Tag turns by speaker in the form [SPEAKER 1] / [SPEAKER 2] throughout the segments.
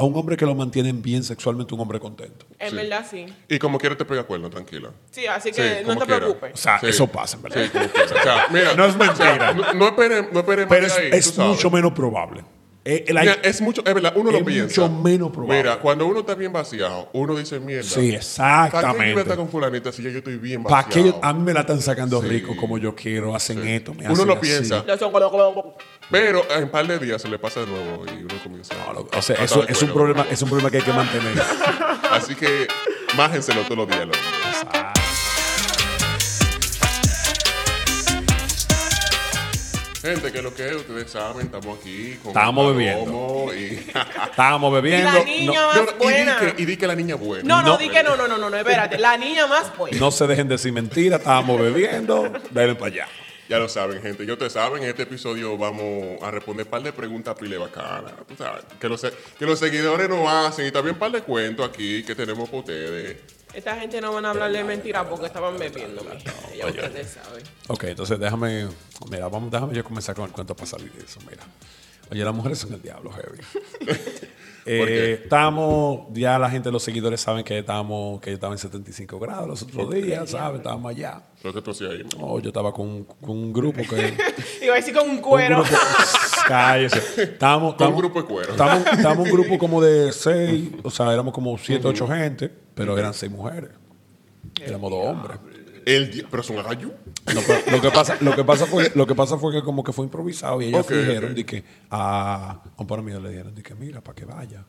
[SPEAKER 1] a un hombre que lo mantienen bien sexualmente, un hombre contento.
[SPEAKER 2] En
[SPEAKER 3] Sí.
[SPEAKER 2] verdad, sí.
[SPEAKER 3] Y como quiera te pega cuerno, tranquila.
[SPEAKER 2] Sí, así
[SPEAKER 3] Sí,
[SPEAKER 2] que no
[SPEAKER 3] como
[SPEAKER 2] te
[SPEAKER 3] quiera.
[SPEAKER 1] O
[SPEAKER 2] preocupes.
[SPEAKER 1] sea,
[SPEAKER 3] Sí.
[SPEAKER 1] eso pasa, en verdad.
[SPEAKER 3] Sí, como quiera. O sea, mira,
[SPEAKER 1] No es
[SPEAKER 3] o sea,
[SPEAKER 1] mentira.
[SPEAKER 3] no, no esperemos, no esperemos
[SPEAKER 1] Pero
[SPEAKER 3] de
[SPEAKER 1] es,
[SPEAKER 3] ahí,
[SPEAKER 1] es
[SPEAKER 3] tú sabes.
[SPEAKER 1] mucho menos probable. Eh, el-
[SPEAKER 3] Mira, es mucho, es verdad, uno
[SPEAKER 1] Es
[SPEAKER 3] lo piensa.
[SPEAKER 1] mucho menos probable.
[SPEAKER 3] Mira, cuando uno está bien vaciado, uno dice mierda.
[SPEAKER 1] sí,
[SPEAKER 3] ¿Para qué yo voy a
[SPEAKER 1] exactamente.
[SPEAKER 3] estar con fulanita si ya yo estoy bien vaciado?
[SPEAKER 1] Para que ellos- a mí me la están sacando
[SPEAKER 3] Sí.
[SPEAKER 1] rico como yo quiero, hacen esto, me
[SPEAKER 3] Uno
[SPEAKER 1] hacen
[SPEAKER 3] lo
[SPEAKER 1] así.
[SPEAKER 3] piensa.
[SPEAKER 2] Los hongos-
[SPEAKER 3] Pero en un par de días se le pasa de nuevo y uno comienza.
[SPEAKER 1] No, lo-
[SPEAKER 3] a
[SPEAKER 1] o sea,
[SPEAKER 3] tratar
[SPEAKER 1] eso
[SPEAKER 3] de
[SPEAKER 1] es un
[SPEAKER 3] cuerno.
[SPEAKER 1] problema, es un problema que hay que mantener.
[SPEAKER 3] Así que májenselo todos los días. loco. Gente, que lo que es, ustedes saben, estamos aquí con
[SPEAKER 1] Estamos
[SPEAKER 3] Palomo
[SPEAKER 1] bebiendo.
[SPEAKER 3] Y,
[SPEAKER 1] Estábamos bebiendo.
[SPEAKER 2] la niña
[SPEAKER 1] no-
[SPEAKER 2] más
[SPEAKER 3] y, di
[SPEAKER 2] buena.
[SPEAKER 3] que, y di que la niña es buena.
[SPEAKER 2] No, no, di que no, no, no, no, no, espérate. La niña más pues. buena.
[SPEAKER 1] No se dejen decir mentiras, estábamos bebiendo, denle para allá.
[SPEAKER 3] Ya lo saben, gente. Ya ustedes saben, en este episodio vamos a responder un par de preguntas pile bacanas. Tú sabes, que los, se- que los seguidores nos hacen y también un par de cuentos aquí que tenemos para ustedes.
[SPEAKER 2] Esta gente no van a hablarle mentiras porque estaban bebiendo. mija. Ya ustedes saben.
[SPEAKER 1] Ok, entonces déjame, mira, vamos, déjame yo comenzar con el cuento para salir de eso, mira. Oye, las mujeres son el diablo, heavy. Eh,
[SPEAKER 3] qué?
[SPEAKER 1] estamos, ya la gente, los seguidores saben que estamos, que yo estaba en 75 grados los otros días, ¿sabes? Estábamos allá.
[SPEAKER 3] Nosotros sí ahí.
[SPEAKER 1] Oh, yo estaba con, con un grupo que...
[SPEAKER 2] Iba a decir con un
[SPEAKER 1] un
[SPEAKER 2] cuero.
[SPEAKER 1] grupo- cállese. Estábamos,
[SPEAKER 3] Con un
[SPEAKER 1] estábamos-
[SPEAKER 3] grupo de cuero.
[SPEAKER 1] Estábamos, estábamos un grupo como de seis, o sea, éramos como siete, ocho gente, pero eran seis mujeres. Éramos dos hombres.
[SPEAKER 3] El di- pero son agallo.
[SPEAKER 1] Lo, que- lo que pasa, lo, que pasa fue, lo que pasa fue que como que fue improvisado y ellas
[SPEAKER 3] Ok,
[SPEAKER 1] dijeron
[SPEAKER 3] ok.
[SPEAKER 1] de que a a un par mío le dijeron de que mira, para que vaya.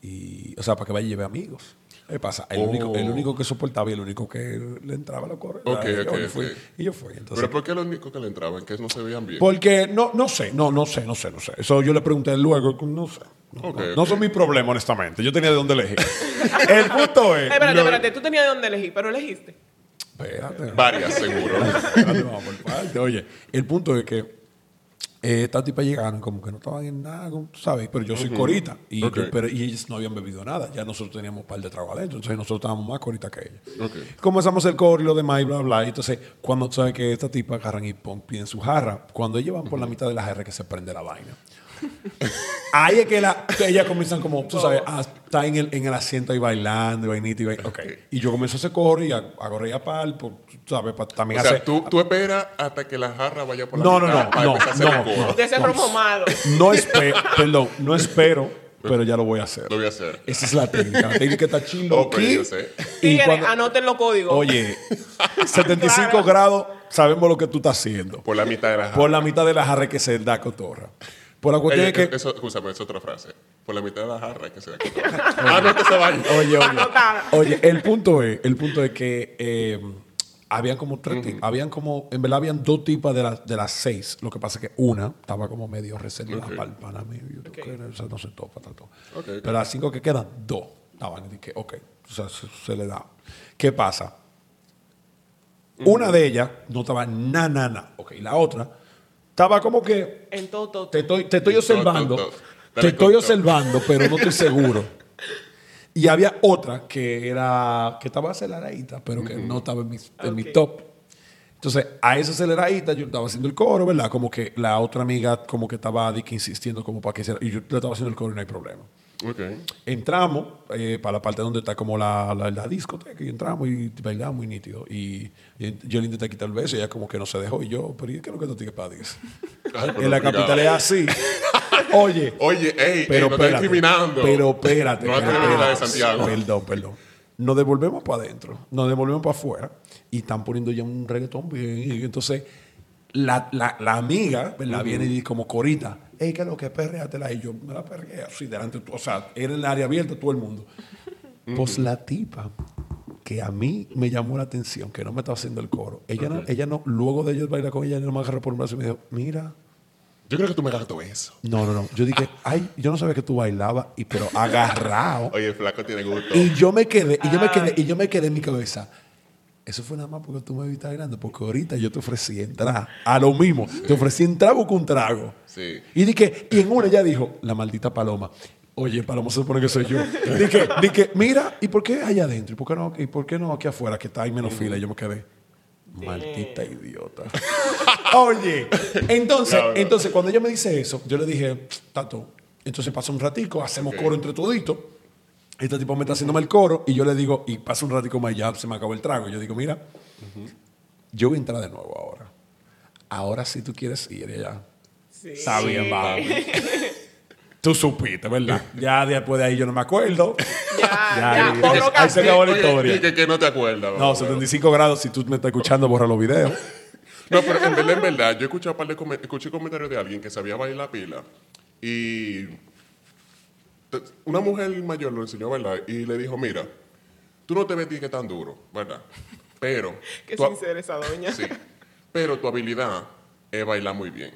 [SPEAKER 1] y, o sea, para que vaya y lleve amigos. ¿Qué pasa? El,
[SPEAKER 3] Oh.
[SPEAKER 1] único, el único que soportaba y el único que le entraba a la correa.
[SPEAKER 3] Ok,
[SPEAKER 1] era yo,
[SPEAKER 3] ok,
[SPEAKER 1] y, fui-
[SPEAKER 3] ok.
[SPEAKER 1] y yo fui. Entonces,
[SPEAKER 3] Pero ¿por qué lo único que le entraban? Que no se veían bien.
[SPEAKER 1] porque no, no sé, no, no sé, no sé, no sé. Eso yo le pregunté luego, no sé. No,
[SPEAKER 3] Ok,
[SPEAKER 1] no- no
[SPEAKER 3] ok.
[SPEAKER 1] son mi problema, honestamente. Yo tenía de dónde elegir. el punto
[SPEAKER 2] Ay,
[SPEAKER 1] es.
[SPEAKER 2] espérate,
[SPEAKER 1] lo-
[SPEAKER 2] espérate. Tú tenías de dónde elegir, pero elegiste.
[SPEAKER 1] Espérate.
[SPEAKER 3] Varias, seguro.
[SPEAKER 1] Espérate, vamos Ah, por parte. Oye, el punto es que eh, estas tipas llegaron como que no estaban en nada, como tú sabes, pero yo soy corita. Y,
[SPEAKER 3] Ok.
[SPEAKER 1] pero, y ellas no habían bebido nada. Ya nosotros teníamos un par de trago adentro. Entonces nosotros estábamos más coritas que ellas.
[SPEAKER 3] Ok.
[SPEAKER 1] Comenzamos el coro y lo demás y bla, bla. Y entonces, cuando tú sabes que estas tipas agarran y pon- piden su jarra, cuando ellas van por la mitad de la jarra que se prende la vaina. Ahí es que la- ellas comienzan como, tú sabes,
[SPEAKER 3] Oh.
[SPEAKER 1] a estar en el, en el asiento ahí bailando y vainita y vainita. Ok. Y yo comienzo ese coro y a, a correr a pal, por, tú sabes, pa- también
[SPEAKER 3] O sea,
[SPEAKER 1] hacer-
[SPEAKER 3] tú, tú esperas hasta que la jarra vaya por la
[SPEAKER 1] No, no,
[SPEAKER 3] mitad
[SPEAKER 1] no,
[SPEAKER 3] para
[SPEAKER 1] no,
[SPEAKER 3] empezar a hacer el
[SPEAKER 1] no,
[SPEAKER 3] coro.
[SPEAKER 1] no.
[SPEAKER 2] De ese rojo amado.
[SPEAKER 1] No espero, perdón, no espero, pero ya lo voy a hacer.
[SPEAKER 3] Lo voy a hacer.
[SPEAKER 1] Esa es la técnica. La técnica está chilo.
[SPEAKER 3] Oh, pero
[SPEAKER 1] aquí.
[SPEAKER 3] yo sé.
[SPEAKER 1] Y
[SPEAKER 2] Tigres,
[SPEAKER 1] cuando-
[SPEAKER 2] anoten los códigos.
[SPEAKER 1] oye, 75 grados, sabemos lo que tú estás haciendo.
[SPEAKER 3] Por la mitad de la jarra.
[SPEAKER 1] Por la mitad de la jarra que se da cotorra. Por la cuestión
[SPEAKER 3] Ey,
[SPEAKER 1] es que.
[SPEAKER 3] eh, Eso, escúchame, es otra frase. Por la mitad de la jarra que se da cuenta. ah, no, que se vaya.
[SPEAKER 1] Oye, oye,
[SPEAKER 2] Anotada.
[SPEAKER 1] oye, el punto es, el punto es que eh, habían como tres tipas, habían como, en verdad habían dos tipas de las de las seis. Lo que pasa es que una estaba como medio reservada
[SPEAKER 3] Ok.
[SPEAKER 1] para el pana medio, o sea, no se topa tanto.
[SPEAKER 3] Ok, ok.
[SPEAKER 1] Pero las cinco que quedan, dos estaban de que, ok, o sea, se, se le da. ¿Qué pasa? Una de ellas no estaba na, na, na. Ok, la otra estaba como que
[SPEAKER 2] En todo, todo.
[SPEAKER 1] te estoy, te estoy
[SPEAKER 3] Y todo,
[SPEAKER 1] observando.
[SPEAKER 3] todo,
[SPEAKER 1] Te
[SPEAKER 3] todo. Dale con
[SPEAKER 1] estoy
[SPEAKER 3] todo.
[SPEAKER 1] observando, pero no estoy seguro. Y había otra que era que estaba aceleradita, pero que no estaba en mi, en mi
[SPEAKER 2] Ok.
[SPEAKER 1] top. Entonces, a esa aceleradita yo estaba haciendo el coro, ¿verdad? Como que la otra amiga como que estaba de que insistiendo como para que hiciera. Y yo le estaba haciendo el coro y no hay problema.
[SPEAKER 3] Ok.
[SPEAKER 1] Entramos eh, para la parte donde está como la, la- la discoteca y entramos y bailamos muy nítido. Y, y yo le intenté quitar el beso y ella como que no se dejó. Y yo, pero ¿y qué es lo que tú tienes para decir?
[SPEAKER 3] Ay, pero
[SPEAKER 1] en la
[SPEAKER 3] obligado.
[SPEAKER 1] capital es así. Oye,
[SPEAKER 3] Oye, ey,
[SPEAKER 1] pero
[SPEAKER 3] pero no estás
[SPEAKER 1] espérate.
[SPEAKER 3] discriminando.
[SPEAKER 1] Pero espérate.
[SPEAKER 3] No vas a
[SPEAKER 1] pero
[SPEAKER 3] tener la de
[SPEAKER 1] espérate.
[SPEAKER 3] Santiago.
[SPEAKER 1] Perdón, perdón. Nos devolvemos para adentro, nos devolvemos para afuera y están poniendo ya un reggaetón bien. Y entonces, la, la, la amiga, ¿verdad? Viene y dice como corita, hey, que lo que perreatela. Y yo me la perreé así delante, de tu- o sea, era en el área abierta todo el mundo. Pues la tipa que a mí me llamó la atención, que no me estaba haciendo el coro. Ella no, ella no, luego de yo bailar con ella, ella no me agarró por un brazo y me dijo, mira,
[SPEAKER 3] Yo creo que tú me gasto eso.
[SPEAKER 1] no, no, no. Yo dije, ay, yo no sabía que tú bailabas, y, pero agarrado.
[SPEAKER 3] Oye, el flaco tiene gusto.
[SPEAKER 1] y yo me quedé, y yo me quedé, y yo me quedé en mi cabeza. Eso fue nada más porque tú me viste bailando, porque ahorita yo te ofrecí entrar a lo mismo. Te ofrecí un trago con trago.
[SPEAKER 3] Sí.
[SPEAKER 1] Y dije, y en una ya dijo, la maldita paloma. Oye, paloma se supone que soy yo. dije, dije, mira, ¿y por qué allá adentro? ¿Y por qué no, y por qué no aquí afuera que está ahí menos fila? Y yo me quedé. Maldita idiota. Oye, entonces,
[SPEAKER 3] No, no.
[SPEAKER 1] entonces cuando ella me dice eso, yo le dije, Tato, Entonces pasa un ratico, hacemos coro entre toditos. Este tipo me está haciéndome el coro y yo le digo, y pasa un ratico más, ya se me acabó el trago. Yo digo, mira, yo voy a entrar de nuevo ahora. Ahora sí tú quieres ir y ya. Está bien, vamos. Tú supiste, ¿verdad? Ya después de ahí yo no me acuerdo.
[SPEAKER 2] Ya,
[SPEAKER 1] ahí-
[SPEAKER 2] ya, ponlo
[SPEAKER 1] ahí se
[SPEAKER 2] café.
[SPEAKER 1] acabó la
[SPEAKER 3] Oye,
[SPEAKER 1] historia.
[SPEAKER 3] y que, que no te acuerdas.
[SPEAKER 1] No,
[SPEAKER 3] vamos, bueno.
[SPEAKER 1] 75 grados, si tú me estás escuchando, borra los videos.
[SPEAKER 3] No, pero en verdad, en verdad, yo he escuchado un par de come- escuché comentarios de alguien que sabía bailar pila y te- una mujer mayor lo enseñó a bailar y le dijo, mira, tú no te ves ni que tan duro, ¿verdad? Pero,
[SPEAKER 2] Qué
[SPEAKER 3] tu, ha-
[SPEAKER 2] sincera esa doña.
[SPEAKER 3] sí, pero tu habilidad es bailar muy bien.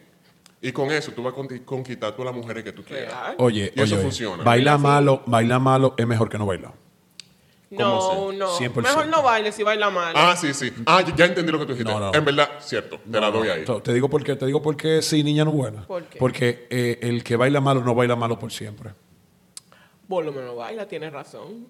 [SPEAKER 3] Y con eso tú vas a conti- conquistar todas las mujeres que tú quieras.
[SPEAKER 2] Real.
[SPEAKER 1] Oye,
[SPEAKER 3] Y eso
[SPEAKER 1] oye, oye,
[SPEAKER 3] funciona.
[SPEAKER 1] Baila malo, baila malo es mejor que no bailar.
[SPEAKER 2] No,
[SPEAKER 3] ¿Cómo sé?
[SPEAKER 2] no.
[SPEAKER 1] 100%.
[SPEAKER 2] Mejor no baile si baila mal.
[SPEAKER 3] Ah, sí, sí. Ah, ya- ya entendí lo que tú dijiste.
[SPEAKER 1] No, no.
[SPEAKER 3] En verdad, cierto, te la doy ahí.
[SPEAKER 1] No, Te digo por qué, te digo por qué sí, niña no es buena.
[SPEAKER 2] ¿Por qué?
[SPEAKER 1] Porque eh, el que baila malo no baila malo por siempre.
[SPEAKER 2] Por lo menos baila, tienes razón.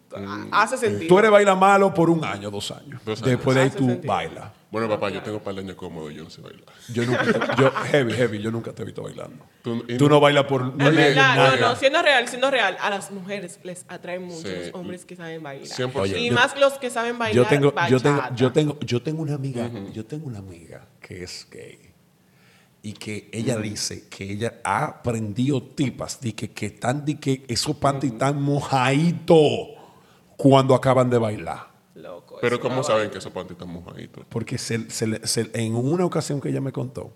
[SPEAKER 2] Hace sentido.
[SPEAKER 1] Tú eres baila malo por un año, dos años.
[SPEAKER 3] Dos años.
[SPEAKER 1] Después de ahí
[SPEAKER 2] Ah, Hace
[SPEAKER 1] tú
[SPEAKER 2] sentido.
[SPEAKER 1] bailas.
[SPEAKER 3] Bueno, papá, yo tengo un par de años cómodos, yo no sé bailar.
[SPEAKER 1] Yo nunca, te- yo, heavy, heavy, yo nunca te he visto bailando.
[SPEAKER 3] Tú- y
[SPEAKER 1] Tú
[SPEAKER 3] no-
[SPEAKER 1] no bailas por no
[SPEAKER 2] Es
[SPEAKER 1] bailas por
[SPEAKER 2] verdad,
[SPEAKER 1] nada.
[SPEAKER 2] no, no, siendo real, siendo real, a las mujeres les atraen mucho
[SPEAKER 3] Sí.
[SPEAKER 2] los hombres que saben bailar.
[SPEAKER 3] 100%. Oye,
[SPEAKER 2] y
[SPEAKER 1] yo-
[SPEAKER 2] más los que saben bailar.
[SPEAKER 1] yo tengo, yo tengo,
[SPEAKER 2] bachata.
[SPEAKER 1] yo tengo, yo tengo una amiga, yo tengo una amiga que es gay y que ella dice que ella ha aprendido tipas de que, que están de que esos panties están mojaditos cuando acaban de bailar.
[SPEAKER 2] Loco,
[SPEAKER 3] Pero
[SPEAKER 2] es
[SPEAKER 3] ¿cómo
[SPEAKER 2] una
[SPEAKER 3] saben
[SPEAKER 2] vaina.
[SPEAKER 3] que esos panties están mojaditos?
[SPEAKER 1] Porque se, se le- se- en una ocasión que ella me contó,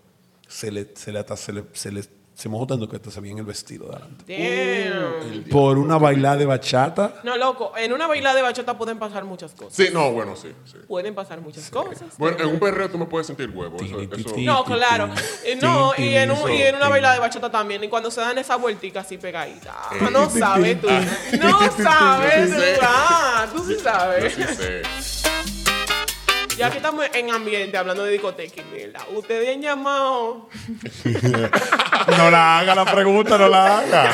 [SPEAKER 1] se le, se le, hasta se le, se le- se mojó tanto que hasta se veía en el vestido de adelante.
[SPEAKER 2] Damn.
[SPEAKER 1] Por una bailada de bachata.
[SPEAKER 2] No, loco, en una bailada de bachata pueden pasar muchas cosas.
[SPEAKER 3] Sí, no, bueno, sí, sí.
[SPEAKER 2] Pueden pasar muchas cosas.
[SPEAKER 3] Bueno, en un perreo tú me puedes sentir huevo. Eso,
[SPEAKER 1] Tiri, ti,
[SPEAKER 3] eso-
[SPEAKER 1] ti.
[SPEAKER 2] No, claro.
[SPEAKER 1] Tin,
[SPEAKER 2] Eh, No,
[SPEAKER 1] tin,
[SPEAKER 2] y en, un-
[SPEAKER 1] tin,
[SPEAKER 2] y en una
[SPEAKER 1] tin.
[SPEAKER 2] bailada de bachata también. Y cuando se dan esa vueltica así pegadita. Ah,
[SPEAKER 3] Eh,
[SPEAKER 2] No
[SPEAKER 3] tin,
[SPEAKER 2] sabes tú. No sabes tú.
[SPEAKER 3] Sí.
[SPEAKER 2] Ah, tú sí
[SPEAKER 3] yo
[SPEAKER 2] sabes.
[SPEAKER 3] sí sé.
[SPEAKER 2] Ya que estamos en ambiente hablando de discoteca y mierda. Ustedes han llamado.
[SPEAKER 1] No la haga la pregunta, no la haga.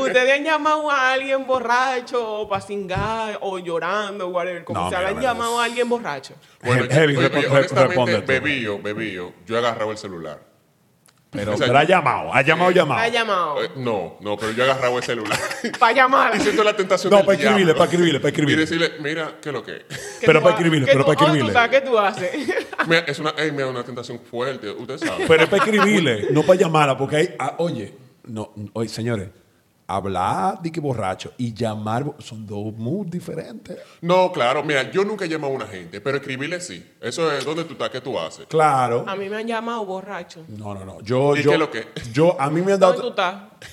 [SPEAKER 2] Ustedes han llamado a alguien borracho o para cingar o llorando, whatever. Como
[SPEAKER 1] No,
[SPEAKER 2] se
[SPEAKER 1] mira,
[SPEAKER 2] han
[SPEAKER 1] mira.
[SPEAKER 2] llamado a alguien borracho.
[SPEAKER 3] Bueno, yo-
[SPEAKER 1] Heavy,
[SPEAKER 3] oye,
[SPEAKER 1] repo-
[SPEAKER 3] oye,
[SPEAKER 1] re- responde
[SPEAKER 3] honestamente,
[SPEAKER 1] tú.
[SPEAKER 3] bebío, bebío, yo he agarrado el celular.
[SPEAKER 1] Pero,
[SPEAKER 3] O sea,
[SPEAKER 1] pero ha llamado, ha llamado, llamado.
[SPEAKER 2] Ha llamado.
[SPEAKER 3] Eh, no, no, pero yo he agarrado el celular.
[SPEAKER 2] Para llamar.
[SPEAKER 3] y siento la tentación
[SPEAKER 1] No,
[SPEAKER 3] del
[SPEAKER 1] para escribirle,
[SPEAKER 3] diablo.
[SPEAKER 1] para escribirle, para
[SPEAKER 3] Y
[SPEAKER 1] escribirle.
[SPEAKER 3] decirle, mira, ¿qué es lo que es?
[SPEAKER 2] ¿Qué
[SPEAKER 1] Pero
[SPEAKER 2] tú
[SPEAKER 1] para
[SPEAKER 2] ha-
[SPEAKER 1] escribirle,
[SPEAKER 2] qué
[SPEAKER 1] pero
[SPEAKER 2] tú-
[SPEAKER 1] para
[SPEAKER 2] oh, tú
[SPEAKER 1] escribirle.
[SPEAKER 2] sabes ¿Qué tú haces?
[SPEAKER 3] Mira, es una, ey, mira, una tentación fuerte, usted sabe.
[SPEAKER 1] Pero es para escribirle, no para llamarla, porque hay, ah, oye, no, oye, señores, hablar de que borracho y llamar bo- son dos muy diferentes.
[SPEAKER 3] No, claro, mira, yo nunca he llamado a una gente, pero escribirle sí. Eso es donde tú estás, ¿qué tú haces?
[SPEAKER 1] Claro.
[SPEAKER 2] A mí me han llamado borracho.
[SPEAKER 1] No, no, no. Yo,
[SPEAKER 3] ¿Y
[SPEAKER 1] yo,
[SPEAKER 3] qué lo que?
[SPEAKER 1] yo, a mí me han
[SPEAKER 2] ¿Dónde
[SPEAKER 1] dado,
[SPEAKER 2] tú estás?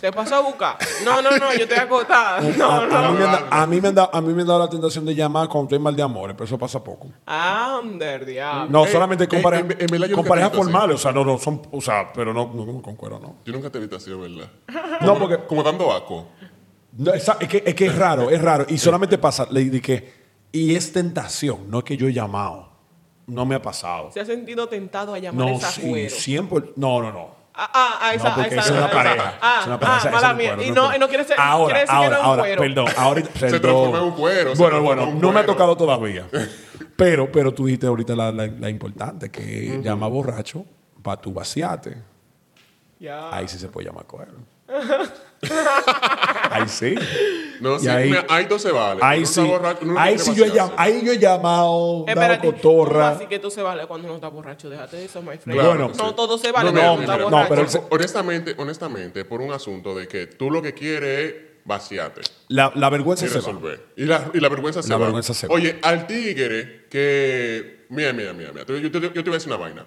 [SPEAKER 2] ¿Te paso a buscar? No, no, no, yo estoy acotada. No,
[SPEAKER 1] a, a mí
[SPEAKER 2] no.
[SPEAKER 1] me han da- a mí me han dado, a mí me han dado la tentación de llamar cuando estoy mal de amores, pero eso pasa poco.
[SPEAKER 2] Ander, diablo.
[SPEAKER 1] No,
[SPEAKER 3] Eh,
[SPEAKER 1] solamente con
[SPEAKER 3] eh,
[SPEAKER 1] pareja,
[SPEAKER 3] en- en verdad yo
[SPEAKER 1] con
[SPEAKER 3] nunca
[SPEAKER 1] pareja
[SPEAKER 3] he visto así.
[SPEAKER 1] formales, o sea, no, no, son, o sea, pero no, no, no, con cuero no.
[SPEAKER 3] Yo nunca te he visto así, ¿verdad?
[SPEAKER 1] No, porque
[SPEAKER 3] Como dando aco.
[SPEAKER 1] No, esa- es, que, es que es raro, es raro. Y solamente pasa, le di que, y es tentación, no es que yo he llamado. No me ha pasado.
[SPEAKER 2] ¿Se ha sentido tentado a llamar a
[SPEAKER 1] No,
[SPEAKER 2] esa
[SPEAKER 1] sí,
[SPEAKER 2] cuero?
[SPEAKER 1] siempre. No, no, no.
[SPEAKER 2] Ah, ah, a esa,
[SPEAKER 1] no,
[SPEAKER 2] a
[SPEAKER 1] porque
[SPEAKER 2] esa,
[SPEAKER 1] es
[SPEAKER 2] a
[SPEAKER 1] una
[SPEAKER 2] esa.
[SPEAKER 1] pareja.
[SPEAKER 2] Ah,
[SPEAKER 1] es una pareja.
[SPEAKER 2] ah,
[SPEAKER 1] esa es
[SPEAKER 2] mala
[SPEAKER 1] un
[SPEAKER 2] mía.
[SPEAKER 1] cuero,
[SPEAKER 2] Y
[SPEAKER 1] es
[SPEAKER 2] no,
[SPEAKER 1] un
[SPEAKER 2] y no quiere ser,
[SPEAKER 1] Ahora,
[SPEAKER 2] quiere decir
[SPEAKER 1] ahora,
[SPEAKER 2] que no es un
[SPEAKER 1] ahora,
[SPEAKER 2] cuero.
[SPEAKER 1] Perdón, ahora. perdón.
[SPEAKER 3] transformó en un cuero, se
[SPEAKER 1] Bueno,
[SPEAKER 3] transformó
[SPEAKER 1] bueno,
[SPEAKER 3] en un
[SPEAKER 1] no me ha
[SPEAKER 3] cuero.
[SPEAKER 1] tocado todavía. Pero, pero tú dijiste ahorita la, la- la importante, que llama borracho para tu vaciate.
[SPEAKER 2] Ya.
[SPEAKER 1] Ahí sí se puede llamar cuero. Ahí sí.
[SPEAKER 3] No,
[SPEAKER 1] Y
[SPEAKER 3] sí,
[SPEAKER 1] ahí-
[SPEAKER 3] mira, ahí todo se vale.
[SPEAKER 1] Ahí
[SPEAKER 3] Uno
[SPEAKER 1] sí,
[SPEAKER 3] está borracho, uno no
[SPEAKER 1] ahí,
[SPEAKER 3] quiere
[SPEAKER 1] sí yo he llam-
[SPEAKER 3] vaciarse.
[SPEAKER 1] ahí yo he llamado, dado
[SPEAKER 2] Espérate,
[SPEAKER 1] cotorra.
[SPEAKER 2] ¿cómo así que tú se vale cuando no estás borracho? Déjate de eso, my friend.
[SPEAKER 1] Claro Bueno. que
[SPEAKER 2] no
[SPEAKER 3] sí.
[SPEAKER 2] todo se vale
[SPEAKER 1] No,
[SPEAKER 2] cuando
[SPEAKER 1] no,
[SPEAKER 2] estás
[SPEAKER 1] no,
[SPEAKER 2] borracho.
[SPEAKER 1] pero el-
[SPEAKER 3] Hon- honestamente, honestamente, por un asunto de que tú lo que quieres es vaciarte
[SPEAKER 1] La, la vergüenza
[SPEAKER 3] y
[SPEAKER 1] se va.
[SPEAKER 3] resolver. Y la, y la vergüenza se
[SPEAKER 1] La
[SPEAKER 3] va.
[SPEAKER 1] vergüenza se va.
[SPEAKER 3] Oye, al tigre que... Mira, mira, mira, mira. Yo, yo te- yo te voy a decir una vaina.